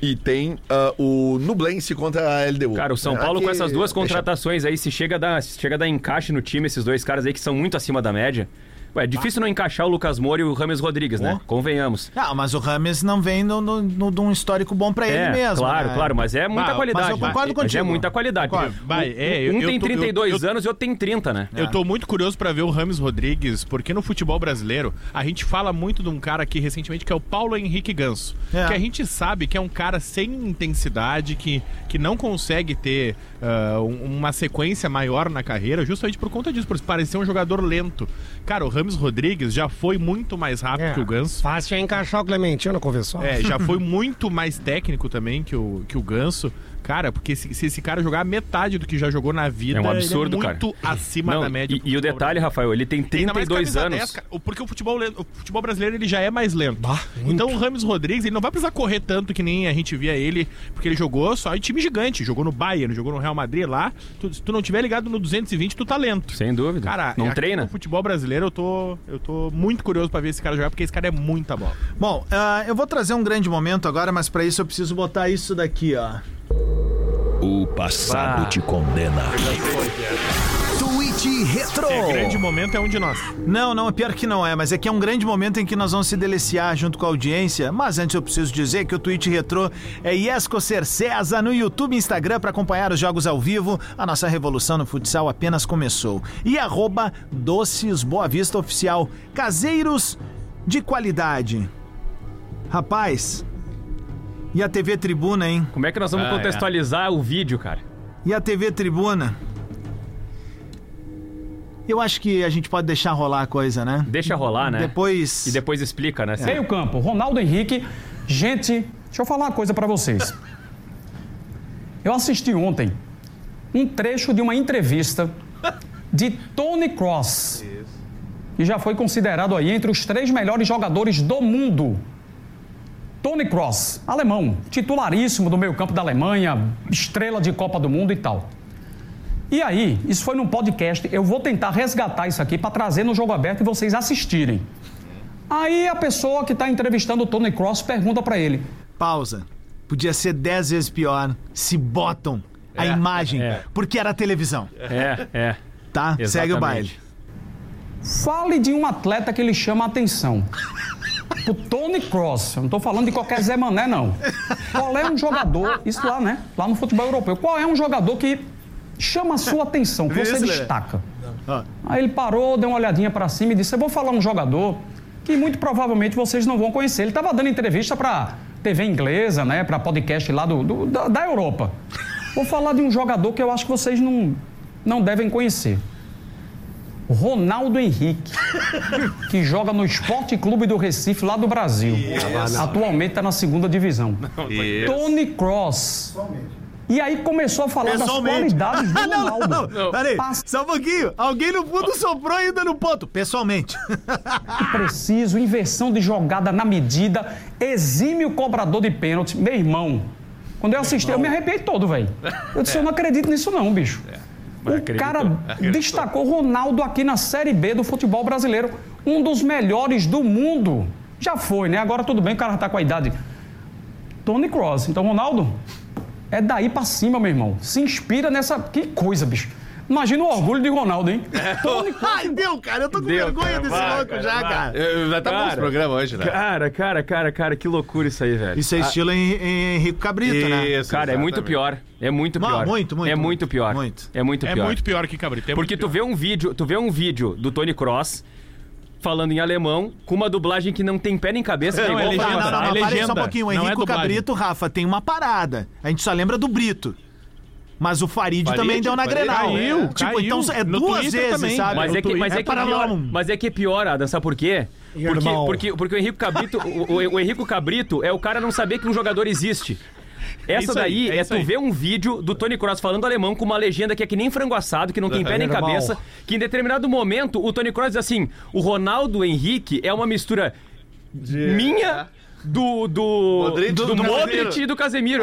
Speaker 3: E tem ah, o Nublense contra a LDU.
Speaker 7: Cara, o São
Speaker 3: É,
Speaker 7: Paulo com
Speaker 3: aqui-
Speaker 7: essas duas
Speaker 3: deixa-
Speaker 7: contratações aí, se chega a dar, se chega a dar encaixe no time, esses dois caras aí que são muito acima da média. Ué, é difícil não encaixar o Lucas Moura e o Rames Rodrigues, né? Convenhamos.
Speaker 2: Ah, mas o Rames não vem no- no- no- de um histórico bom pra ele
Speaker 7: é,
Speaker 2: mesmo.
Speaker 7: claro,
Speaker 2: né?
Speaker 7: claro, mas é muita
Speaker 4: Bah,
Speaker 7: qualidade.
Speaker 2: mas eu concordo
Speaker 7: né?
Speaker 2: contigo.
Speaker 7: é muita qualidade.
Speaker 4: Bah, é, eu-
Speaker 7: um
Speaker 4: eu
Speaker 7: tem
Speaker 4: tô-
Speaker 7: 32
Speaker 4: eu- eu-
Speaker 7: anos e outro tem 30, né?
Speaker 5: É.
Speaker 4: Eu tô muito curioso pra ver o Rames Rodrigues, porque no futebol brasileiro a gente fala muito de um cara aqui recentemente que é o Paulo Henrique Ganso.
Speaker 2: É.
Speaker 4: Que a gente sabe que é um cara sem intensidade, que, que não consegue ter ah, um- uma sequência maior na carreira, justamente por conta disso, por parecer um jogador lento. Cara, o Rames Rodrigues já foi muito mais rápido que o Ganso.
Speaker 5: Fácil é encaixar o Clementino, confessou.
Speaker 4: É,
Speaker 5: [laughs]
Speaker 4: já foi muito mais técnico também que o, que o Ganso. Cara, porque se, se esse cara jogar metade do que já jogou na vida,
Speaker 7: É um
Speaker 4: ele
Speaker 7: absurdo, cara.
Speaker 4: muito acima
Speaker 7: Não,
Speaker 4: da média.
Speaker 7: e,
Speaker 4: pro
Speaker 7: e o
Speaker 4: futebol
Speaker 7: detalhe,
Speaker 4: brasileiro.
Speaker 7: Rafael, ele tem
Speaker 4: Ainda mais
Speaker 7: 32
Speaker 4: camisa
Speaker 7: anos.
Speaker 4: 10, cara, porque o futebol, le- o futebol brasileiro ele já é mais lento.
Speaker 5: Bah, muito.
Speaker 4: então o Rames Rodrigues ele não vai precisar correr tanto que nem a gente via ele, porque ele jogou só em time gigante, jogou no Bayern, jogou no Real Madrid lá. Tu- se tu não tiver ligado no 220, tu tá lento.
Speaker 7: Sem dúvida.
Speaker 4: Cara, é
Speaker 7: não
Speaker 4: aqui
Speaker 7: treina?
Speaker 4: No futebol brasileiro eu tô, eu tô muito curioso pra ver esse cara jogar, porque esse cara é muita bola.
Speaker 2: Bom, ah, eu vou trazer um grande momento agora, mas pra isso eu preciso botar isso daqui, ó.
Speaker 1: O passado
Speaker 7: Bah.
Speaker 1: te condena. Tweet Noite Retro.
Speaker 7: Oh.
Speaker 4: É grande momento, é um de nós.
Speaker 2: Não, não, é pior que não é, mas é que é um grande momento em que nós vamos se deliciar junto com a audiência. Mas antes eu preciso dizer que o Twitch Retrô é Iesco Cercesa no YouTube e Instagram para acompanhar os jogos ao vivo. A nossa revolução no futsal apenas começou. E arroba Doces Boa Vista Oficial. Caseiros de qualidade. Rapaz, e a TV Tribuna, hein?
Speaker 7: Como é que nós vamos
Speaker 4: Ah,
Speaker 7: contextualizar o vídeo, cara?
Speaker 2: E a TV Tribuna? Eu acho que a gente pode deixar rolar a coisa, né?
Speaker 7: Deixa rolar, né?
Speaker 2: Depois.
Speaker 7: E depois explica, né?
Speaker 9: Meio campo, Ronaldo Henrique. Gente, deixa eu falar uma coisa pra vocês. Eu assisti ontem um trecho de uma entrevista de Tony Cross. E já foi considerado aí entre os três melhores jogadores do mundo. Tony Cross, alemão, titularíssimo do meio campo da Alemanha, estrela de Copa do Mundo e tal. E aí, isso foi num podcast, eu vou tentar resgatar isso aqui pra trazer no jogo aberto e vocês assistirem. Aí a pessoa que está entrevistando o Tony Cross pergunta para ele:
Speaker 2: Pausa. Podia ser dez vezes pior. Se botam a imagem,
Speaker 7: é.
Speaker 2: porque era televisão,
Speaker 7: É, é.
Speaker 2: tá? Segue o baile.
Speaker 9: fale de um atleta que lhe chama a atenção. O Tony Cross, eu não estou falando de qualquer Zé Mané, não. Qual é um jogador, isso lá, né? Lá no futebol europeu, qual é um jogador que chama a sua atenção, que você
Speaker 2: Vinícius, né?
Speaker 9: destaca? Aí ele parou, deu uma olhadinha para cima e disse: Eu vou falar um jogador que muito provavelmente vocês não vão conhecer. Ele estava dando entrevista para TV inglesa, né? Para podcast lá do, do- da, da Europa. Vou falar de um jogador que eu acho que vocês não, não devem conhecer. Ronaldo Henrique,
Speaker 7: [laughs]
Speaker 9: que joga no Esporte Clube do Recife, lá do Brasil. Atualmente está na segunda divisão.
Speaker 7: tá
Speaker 9: Tony Cross. E aí começou a falar das
Speaker 2: Pessoalmente.
Speaker 7: [laughs]
Speaker 9: qualidades do
Speaker 2: não,
Speaker 9: Ronaldo.
Speaker 2: não, não. Peraí,
Speaker 9: Passa-
Speaker 2: só um pouquinho. Alguém no fundo soprou ainda no ponto. Pessoalmente.
Speaker 9: preciso, inversão de jogada na medida, exime o cobrador de pênalti. Meu irmão, quando eu assisti, eu me arrepiei todo, velho. Eu disse, eu não acredito nisso não, bicho. o cara destacou Ronaldo aqui na Série B do futebol brasileiro, um dos melhores do mundo. Já foi, né? Agora tudo bem, o cara tá com a idade. Tony Cross. Então, Ronaldo, é daí pra cima, meu irmão. Se inspira nessa... Que coisa, bicho. Imagina o orgulho de Ronaldo, hein? Tony
Speaker 2: [laughs]
Speaker 9: Cross
Speaker 2: Ai, deu, cara. Eu tô com
Speaker 7: Deu,
Speaker 2: vergonha
Speaker 7: cara,
Speaker 2: desse
Speaker 7: vai,
Speaker 2: louco
Speaker 7: cara,
Speaker 2: já,
Speaker 7: vai.
Speaker 2: cara.
Speaker 6: É, Já tá bom esse
Speaker 7: Cara.
Speaker 6: programa hoje, né?
Speaker 7: Cara, cara, cara, cara, que loucura isso aí, velho.
Speaker 2: Isso é estilo em, em Henrico Cabrito, né?
Speaker 6: Isso,
Speaker 7: Cara, é muito
Speaker 6: exatamente.
Speaker 7: pior. É muito
Speaker 2: Não,
Speaker 7: pior.
Speaker 2: muito, muito,
Speaker 7: É
Speaker 2: muito,
Speaker 7: muito pior.
Speaker 2: muito.
Speaker 7: É muito
Speaker 4: É
Speaker 7: pior.
Speaker 4: muito pior que Cabrito. é muito
Speaker 7: Porque tu
Speaker 4: pior.
Speaker 7: vê um vídeo, tu vê um vídeo do Tony Cross falando em alemão com uma dublagem que não tem pé nem cabeça.
Speaker 4: Não,
Speaker 7: nem
Speaker 4: é
Speaker 7: igual
Speaker 4: legenda,
Speaker 2: Não, não,
Speaker 7: pra
Speaker 2: não,
Speaker 7: passar.
Speaker 2: mas
Speaker 4: é
Speaker 2: parei só um
Speaker 4: legenda,
Speaker 2: pouquinho. O
Speaker 4: não é
Speaker 2: Henrico
Speaker 4: dublagem.
Speaker 2: Cabrito, Rafa, tem uma parada. A gente só lembra do Brito. Mas o Farid, também deu na
Speaker 6: Farid,
Speaker 2: Grenal.
Speaker 4: caiu,
Speaker 2: tipo,
Speaker 4: caiu.
Speaker 2: então é
Speaker 4: No
Speaker 2: duas
Speaker 4: Twitter
Speaker 2: vezes,
Speaker 4: também.
Speaker 2: sabe?
Speaker 7: Mas
Speaker 4: No
Speaker 7: é, que, mas,
Speaker 4: Twitter
Speaker 7: é que é
Speaker 2: paralelo.
Speaker 7: pior, mas é que é pior, Adam, sabe por quê? Porque,
Speaker 5: Irmão.
Speaker 7: porque, porque o Henrique Cabrito, o, o- o Henrico Cabrito é o cara não saber que um jogador existe. Essa
Speaker 4: Isso aí,
Speaker 7: daí
Speaker 4: é
Speaker 7: é,
Speaker 4: isso
Speaker 7: tu
Speaker 4: aí.
Speaker 7: ver um vídeo do Tony Cross falando alemão com uma legenda que é que nem frango assado, que não tem pé nem
Speaker 5: Normal.
Speaker 7: cabeça, que em determinado momento o Tony Cross diz assim: o Ronaldo Henrique é uma mistura minha. Do. Do.
Speaker 6: É. Modric,
Speaker 7: do,
Speaker 6: do
Speaker 7: Modric
Speaker 6: Casemiro.
Speaker 7: e do Casemiro.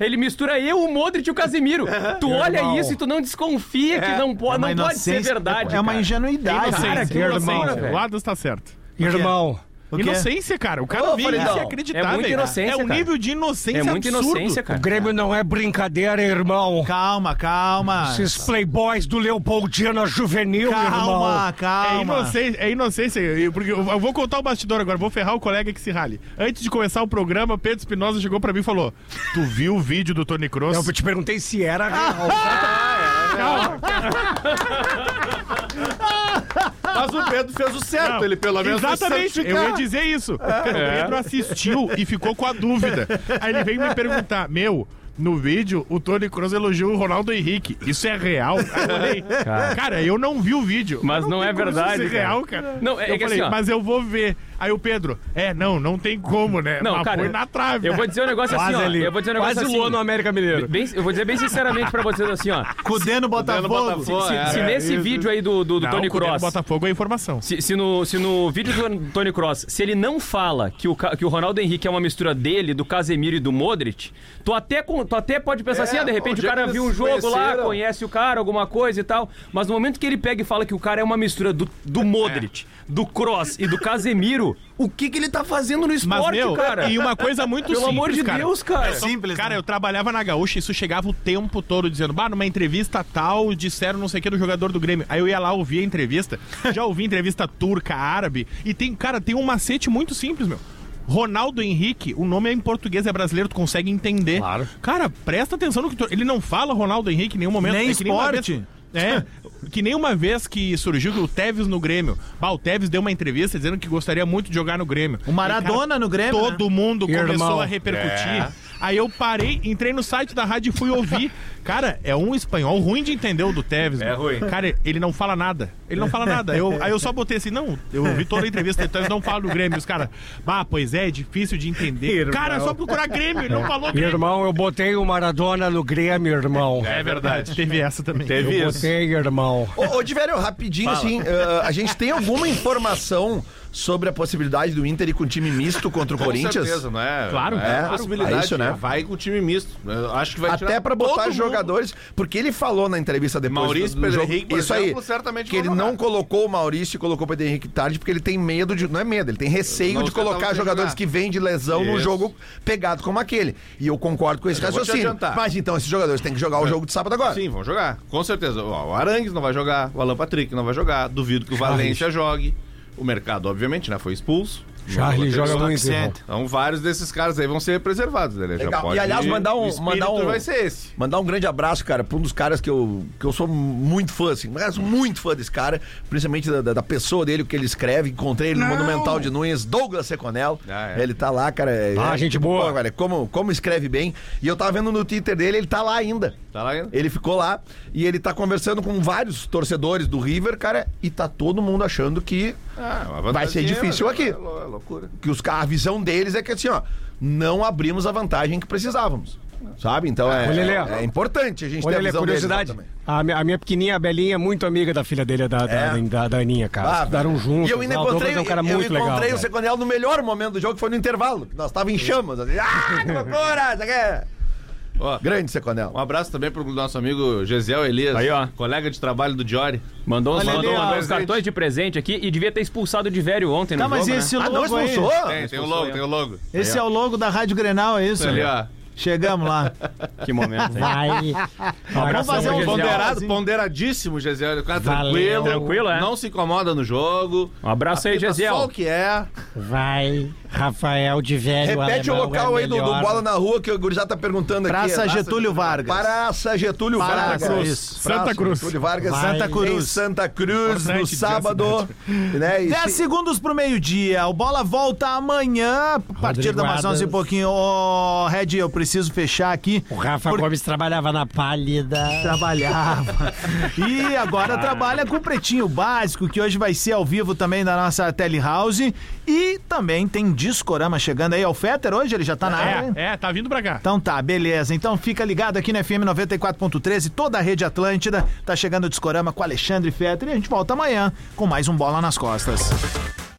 Speaker 7: Ele mistura eu, o Modric e o Casemiro. Tu olha isso e tu não desconfia que não, pode
Speaker 2: É uma
Speaker 7: não pode ser
Speaker 2: inocência-
Speaker 7: verdade.
Speaker 2: É uma
Speaker 7: cara.
Speaker 2: ingenuidade.
Speaker 4: Inocência,
Speaker 7: cara, que loucura,
Speaker 4: inocência.
Speaker 7: velho.
Speaker 4: O Adas tá certo.
Speaker 2: [laughs]
Speaker 5: Irmão.
Speaker 2: O quê?
Speaker 4: Inocência, cara. O cara vive
Speaker 6: Faridão,
Speaker 4: sem acreditar,
Speaker 7: é muita
Speaker 4: velho.
Speaker 7: inocência,
Speaker 4: É um
Speaker 7: cara.
Speaker 4: nível de inocência
Speaker 7: É muita
Speaker 4: absurdo.
Speaker 7: inocência, cara.
Speaker 5: O Grêmio não é brincadeira, irmão.
Speaker 2: Calma, calma.
Speaker 5: Esses playboys do Leopoldina juvenil,
Speaker 2: Calma,
Speaker 5: irmão.
Speaker 4: É
Speaker 2: calma.
Speaker 4: inocência, é inocência, eu- porque eu eu vou contar o bastidor agora, vou ferrar o colega que se rale. Antes de começar o programa, Pedro Espinosa chegou pra mim e falou: Tu viu o vídeo do Tony
Speaker 6: É
Speaker 4: Cross?
Speaker 5: Eu te perguntei
Speaker 2: [laughs]
Speaker 5: se era real.
Speaker 6: Mas o Pedro fez o certo, ele pelo menos foi
Speaker 4: Exatamente, eu
Speaker 6: certificado.
Speaker 4: ia dizer isso.
Speaker 6: É.
Speaker 4: Cara, o Pedro assistiu e ficou com a dúvida. Aí ele veio me perguntar: Meu, no vídeo, o Tony Kroos elogiou o Ronaldo Henrique. Isso é real? Aí eu falei, cara, eu não vi o vídeo.
Speaker 7: Mas não
Speaker 4: tem
Speaker 7: é
Speaker 4: como isso
Speaker 7: verdade,
Speaker 4: ser
Speaker 7: cara.
Speaker 4: real, cara.
Speaker 7: Não, é
Speaker 4: eu
Speaker 7: que
Speaker 4: falei,
Speaker 7: assim, ó.
Speaker 4: mas eu vou ver. Aí o Pedro, é, não, não tem como, né?
Speaker 7: Não,
Speaker 4: mas
Speaker 7: cara,
Speaker 4: foi na trave.
Speaker 7: Eu vou dizer um negócio assim, ó. Eu vou dizer um negócio
Speaker 5: Quase
Speaker 7: assim.
Speaker 5: Luan no América Mineiro.
Speaker 7: Bem- eu vou dizer bem sinceramente pra vocês assim, ó.
Speaker 2: Cudê no Botafogo.
Speaker 6: Botafogo.
Speaker 7: Se, se nesse vídeo aí do, do, do
Speaker 4: Não,
Speaker 7: Tony
Speaker 4: o Cudê no
Speaker 7: Cross.
Speaker 4: Botafogo é informação.
Speaker 7: Se, se no, se no vídeo do Tony Cross, se ele não fala que o, Ca- que o Ronaldo Henrique é uma mistura dele, do Casemiro e do Modric, tu até, com- tu até pode
Speaker 6: É,
Speaker 7: pensar assim, ah, de repente
Speaker 6: onde
Speaker 7: o
Speaker 6: é
Speaker 7: cara
Speaker 6: que
Speaker 7: viu um
Speaker 6: eles se
Speaker 7: jogo lá,
Speaker 6: conheceram?
Speaker 7: conhece o cara, alguma coisa e tal. Mas no momento que ele pega e fala que o cara é uma mistura do, do Modric, do Cross e do Casemiro, Grêmio, o que, que ele tá fazendo no
Speaker 4: Mas,
Speaker 7: esporte,
Speaker 4: meu,
Speaker 7: cara?
Speaker 4: e uma coisa muito
Speaker 7: Pelo
Speaker 4: simples,
Speaker 7: amor de
Speaker 4: cara.
Speaker 7: Deus, cara.
Speaker 4: Então,
Speaker 2: Simples,
Speaker 4: Cara,
Speaker 2: né?
Speaker 4: eu trabalhava na Gaúcha e isso chegava o tempo todo dizendo, bah, numa entrevista tal, disseram não sei o que do jogador do Grêmio. Aí eu ia lá ouvir a entrevista, já ouvi entrevista turca, árabe, e tem, cara, tem um macete muito simples, meu. Ronaldo Henrique, o nome é em português, é brasileiro, tu consegue entender. Claro. Cara, presta atenção no que tu... Ele não fala Ronaldo Henrique em nenhum momento.
Speaker 2: Nem
Speaker 4: é que uma
Speaker 2: esporte.
Speaker 4: vez- é, que nem uma vez que surgiu o Tevez no Grêmio. Ah, o Tevez deu uma entrevista dizendo que gostaria muito de jogar no Grêmio.
Speaker 2: O Maradona no Grêmio, né?
Speaker 4: Todo mundo começou
Speaker 5: Irmão.
Speaker 4: a repercutir.
Speaker 3: É.
Speaker 4: Aí eu parei, entrei no site da rádio e fui
Speaker 3: [laughs]
Speaker 4: ouvir. Cara, é um espanhol ruim de entender o do Tevez. É
Speaker 6: ruim.
Speaker 4: Cara, ele não fala nada. Ele não fala nada. Eu- aí eu só botei assim, não, eu ouvi toda a entrevista do Tevez, não fala do Grêmio. Os caras, bah, pois é, é difícil de entender.
Speaker 5: Irmão.
Speaker 4: Cara, é só procurar Grêmio, ele não falou Grêmio.
Speaker 5: Irmão, eu botei o Maradona no Grêmio, irmão.
Speaker 6: É verdade.
Speaker 4: Teve essa também.
Speaker 6: Teve
Speaker 5: Eu
Speaker 6: isso.
Speaker 5: botei, irmão.
Speaker 3: Ô, ô Diverio, rapidinho, assim, eh, a gente tem alguma informação sobre a possibilidade do Inter ir com um time misto contra o
Speaker 6: Com
Speaker 3: Corinthians?
Speaker 6: certeza, não é?
Speaker 4: Claro.
Speaker 6: é,
Speaker 4: É,
Speaker 6: uma possibilidade.
Speaker 3: é isso, né?
Speaker 6: Vai com o time misto. Eu Acho que vai
Speaker 3: Até
Speaker 6: tirar
Speaker 3: pra botar
Speaker 6: todo mundo.
Speaker 3: jogadores, porque ele falou na entrevista depois
Speaker 6: Maurício,
Speaker 3: do, do
Speaker 6: Pedro
Speaker 3: jogo,
Speaker 6: Henrique, por
Speaker 3: isso
Speaker 6: exemplo,
Speaker 3: aí,
Speaker 6: certamente
Speaker 3: que ele
Speaker 6: vão jogar.
Speaker 3: não colocou o Maurício e colocou o Pedro Henrique tarde, porque ele tem medo de, não é medo, ele tem receio
Speaker 6: Não,
Speaker 3: de
Speaker 6: os caras
Speaker 3: colocar
Speaker 6: vão
Speaker 3: jogadores
Speaker 6: jogar.
Speaker 3: que vêm de lesão num
Speaker 6: Isso.
Speaker 3: jogo pegado como aquele. E eu concordo com esse
Speaker 6: já vou te
Speaker 3: raciocínio.
Speaker 6: adiantar. É.
Speaker 3: Mas então esses jogadores têm que jogar o jogo de sábado agora.
Speaker 6: Sim, vão jogar. Com certeza. Ó, o Arangues não vai jogar, o Alan Patrick não vai jogar. Duvido que o Valência jogue. O mercado, obviamente, né? Foi expulso.
Speaker 5: Charlie
Speaker 6: Não
Speaker 5: joga
Speaker 6: jogou
Speaker 5: muito, irmão.
Speaker 6: Então, vários desses caras aí vão ser preservados, né? Já
Speaker 3: Legal.
Speaker 6: pode-
Speaker 3: E aliás, mandar
Speaker 6: o
Speaker 3: um,
Speaker 6: espírito
Speaker 3: mandar um
Speaker 6: vai ser esse.
Speaker 3: Mandar um grande abraço, cara, pra um dos caras que eu, que eu sou muito fã, assim, mas muito fã desse cara, principalmente da, da- da pessoa dele, o que ele escreve. Encontrei ele no Monumental de Nunes, Douglas Seconel.
Speaker 6: Ah, é.
Speaker 3: Ele tá lá, cara. é-
Speaker 5: Ah,
Speaker 3: é
Speaker 5: gente
Speaker 3: tipo,
Speaker 5: boa.
Speaker 3: pô, cara, como, como escreve bem. E eu tava vendo no Twitter dele, ele tá lá ainda.
Speaker 6: Tá lá ainda?
Speaker 3: Ele ficou lá e ele tá conversando com vários torcedores do River, cara, e tá todo mundo achando que
Speaker 6: Ah, uma
Speaker 3: Vai ser
Speaker 6: vantaginha,
Speaker 3: difícil
Speaker 6: mas
Speaker 3: aqui.
Speaker 6: É lou- é loucura.
Speaker 3: que os, ca- a visão deles é que assim, ó, não abrimos a vantagem que precisávamos. Sabe? Então é,
Speaker 5: Ô, Lelê.
Speaker 3: é importante a gente
Speaker 5: Olha,
Speaker 3: ter a
Speaker 5: ele é
Speaker 3: visão deles lá
Speaker 5: curiosidade.
Speaker 3: também.
Speaker 5: A minha, a minha pequenininha, a Belinha, é muito amiga da filha dele, da, da,
Speaker 3: É?
Speaker 5: da, da Aninha, cara.
Speaker 3: Ah,
Speaker 5: Estudaram juntos.
Speaker 3: E eu
Speaker 5: lá,
Speaker 3: ainda
Speaker 5: o Douglas
Speaker 3: encontrei,
Speaker 5: é um cara
Speaker 3: eu
Speaker 5: muito
Speaker 3: encontrei
Speaker 5: legal.
Speaker 3: o
Speaker 5: velho.
Speaker 3: Seconel no melhor momento do jogo, que foi no intervalo. que Nós tava em chamas. assim, ah,
Speaker 5: [laughs]
Speaker 3: que loucura! isso aqui é-
Speaker 6: Ó,
Speaker 3: Grande Seconel.
Speaker 6: um abraço também pro nosso amigo Gesiel Elias,
Speaker 7: Aí, ó.
Speaker 6: colega de trabalho do Diori.
Speaker 7: Mandou, uns,
Speaker 6: Olha
Speaker 7: mandou,
Speaker 6: ali, ó,
Speaker 7: mandou uns
Speaker 6: presente.
Speaker 7: cartões de presente aqui e devia ter expulsado o Divério ontem
Speaker 2: Tá,
Speaker 7: no
Speaker 2: mas
Speaker 7: jogo,
Speaker 2: e
Speaker 7: né?
Speaker 2: esse
Speaker 3: Ah,
Speaker 2: logo
Speaker 3: não
Speaker 2: aí?
Speaker 3: expulsou?
Speaker 6: Tem, um tem o logo, tem o logo. Tá
Speaker 2: Esse é o logo da Rádio Grenal, é isso?
Speaker 6: Ali, ó.
Speaker 2: Chegamos lá.
Speaker 7: Que momento, hein?
Speaker 5: [laughs]
Speaker 2: Vamos fazer um
Speaker 7: Gesiel.
Speaker 6: Ponderado,
Speaker 2: assim.
Speaker 6: ponderadíssimo, Gesiel. O cara
Speaker 5: Valeu.
Speaker 6: tranquilo.
Speaker 7: Tranquilo, é.
Speaker 6: Não se incomoda no jogo.
Speaker 7: Um abraço
Speaker 2: Ah,
Speaker 7: aí,
Speaker 6: Apita Só o
Speaker 7: Gesiel.
Speaker 6: que é.
Speaker 5: Vai, Rafael de velho. é
Speaker 3: Repete o
Speaker 4: é
Speaker 3: local aí do, do Bola na Rua, que o Gurizada tá perguntando aqui.
Speaker 2: Praça Getúlio Vargas.
Speaker 3: Praça Getúlio
Speaker 2: Praça,
Speaker 3: Vargas.
Speaker 2: isso.
Speaker 3: Praça
Speaker 4: Santa Cruz.
Speaker 3: Getúlio Vargas.
Speaker 5: Vai.
Speaker 3: Santa Cruz. Em Santa Cruz, no
Speaker 4: Importante dizer
Speaker 3: sábado. Né? E
Speaker 2: 10
Speaker 3: se-
Speaker 2: segundos pro meio-dia. O bola volta amanhã, a partir
Speaker 5: Rodrigo
Speaker 2: da umas
Speaker 5: Adams.
Speaker 2: e pouquinho. Ô, Red, eu preciso fechar aqui.
Speaker 5: O Rafa
Speaker 2: Por-
Speaker 5: Gomes trabalhava na pálida.
Speaker 2: Trabalhava. E agora trabalha com o Pretinho Básico, que hoje vai ser ao vivo também na nossa telehouse. E também tem Discorama chegando aí. É o Fetter hoje? Ele já tá na área?
Speaker 4: É, é, tá vindo pra cá.
Speaker 2: Então tá, beleza. Então fica ligado aqui no FM 94.13, toda a rede Atlântida. Tá chegando o Discorama com Alexandre Fetter e a gente volta amanhã com mais um Bola nas Costas.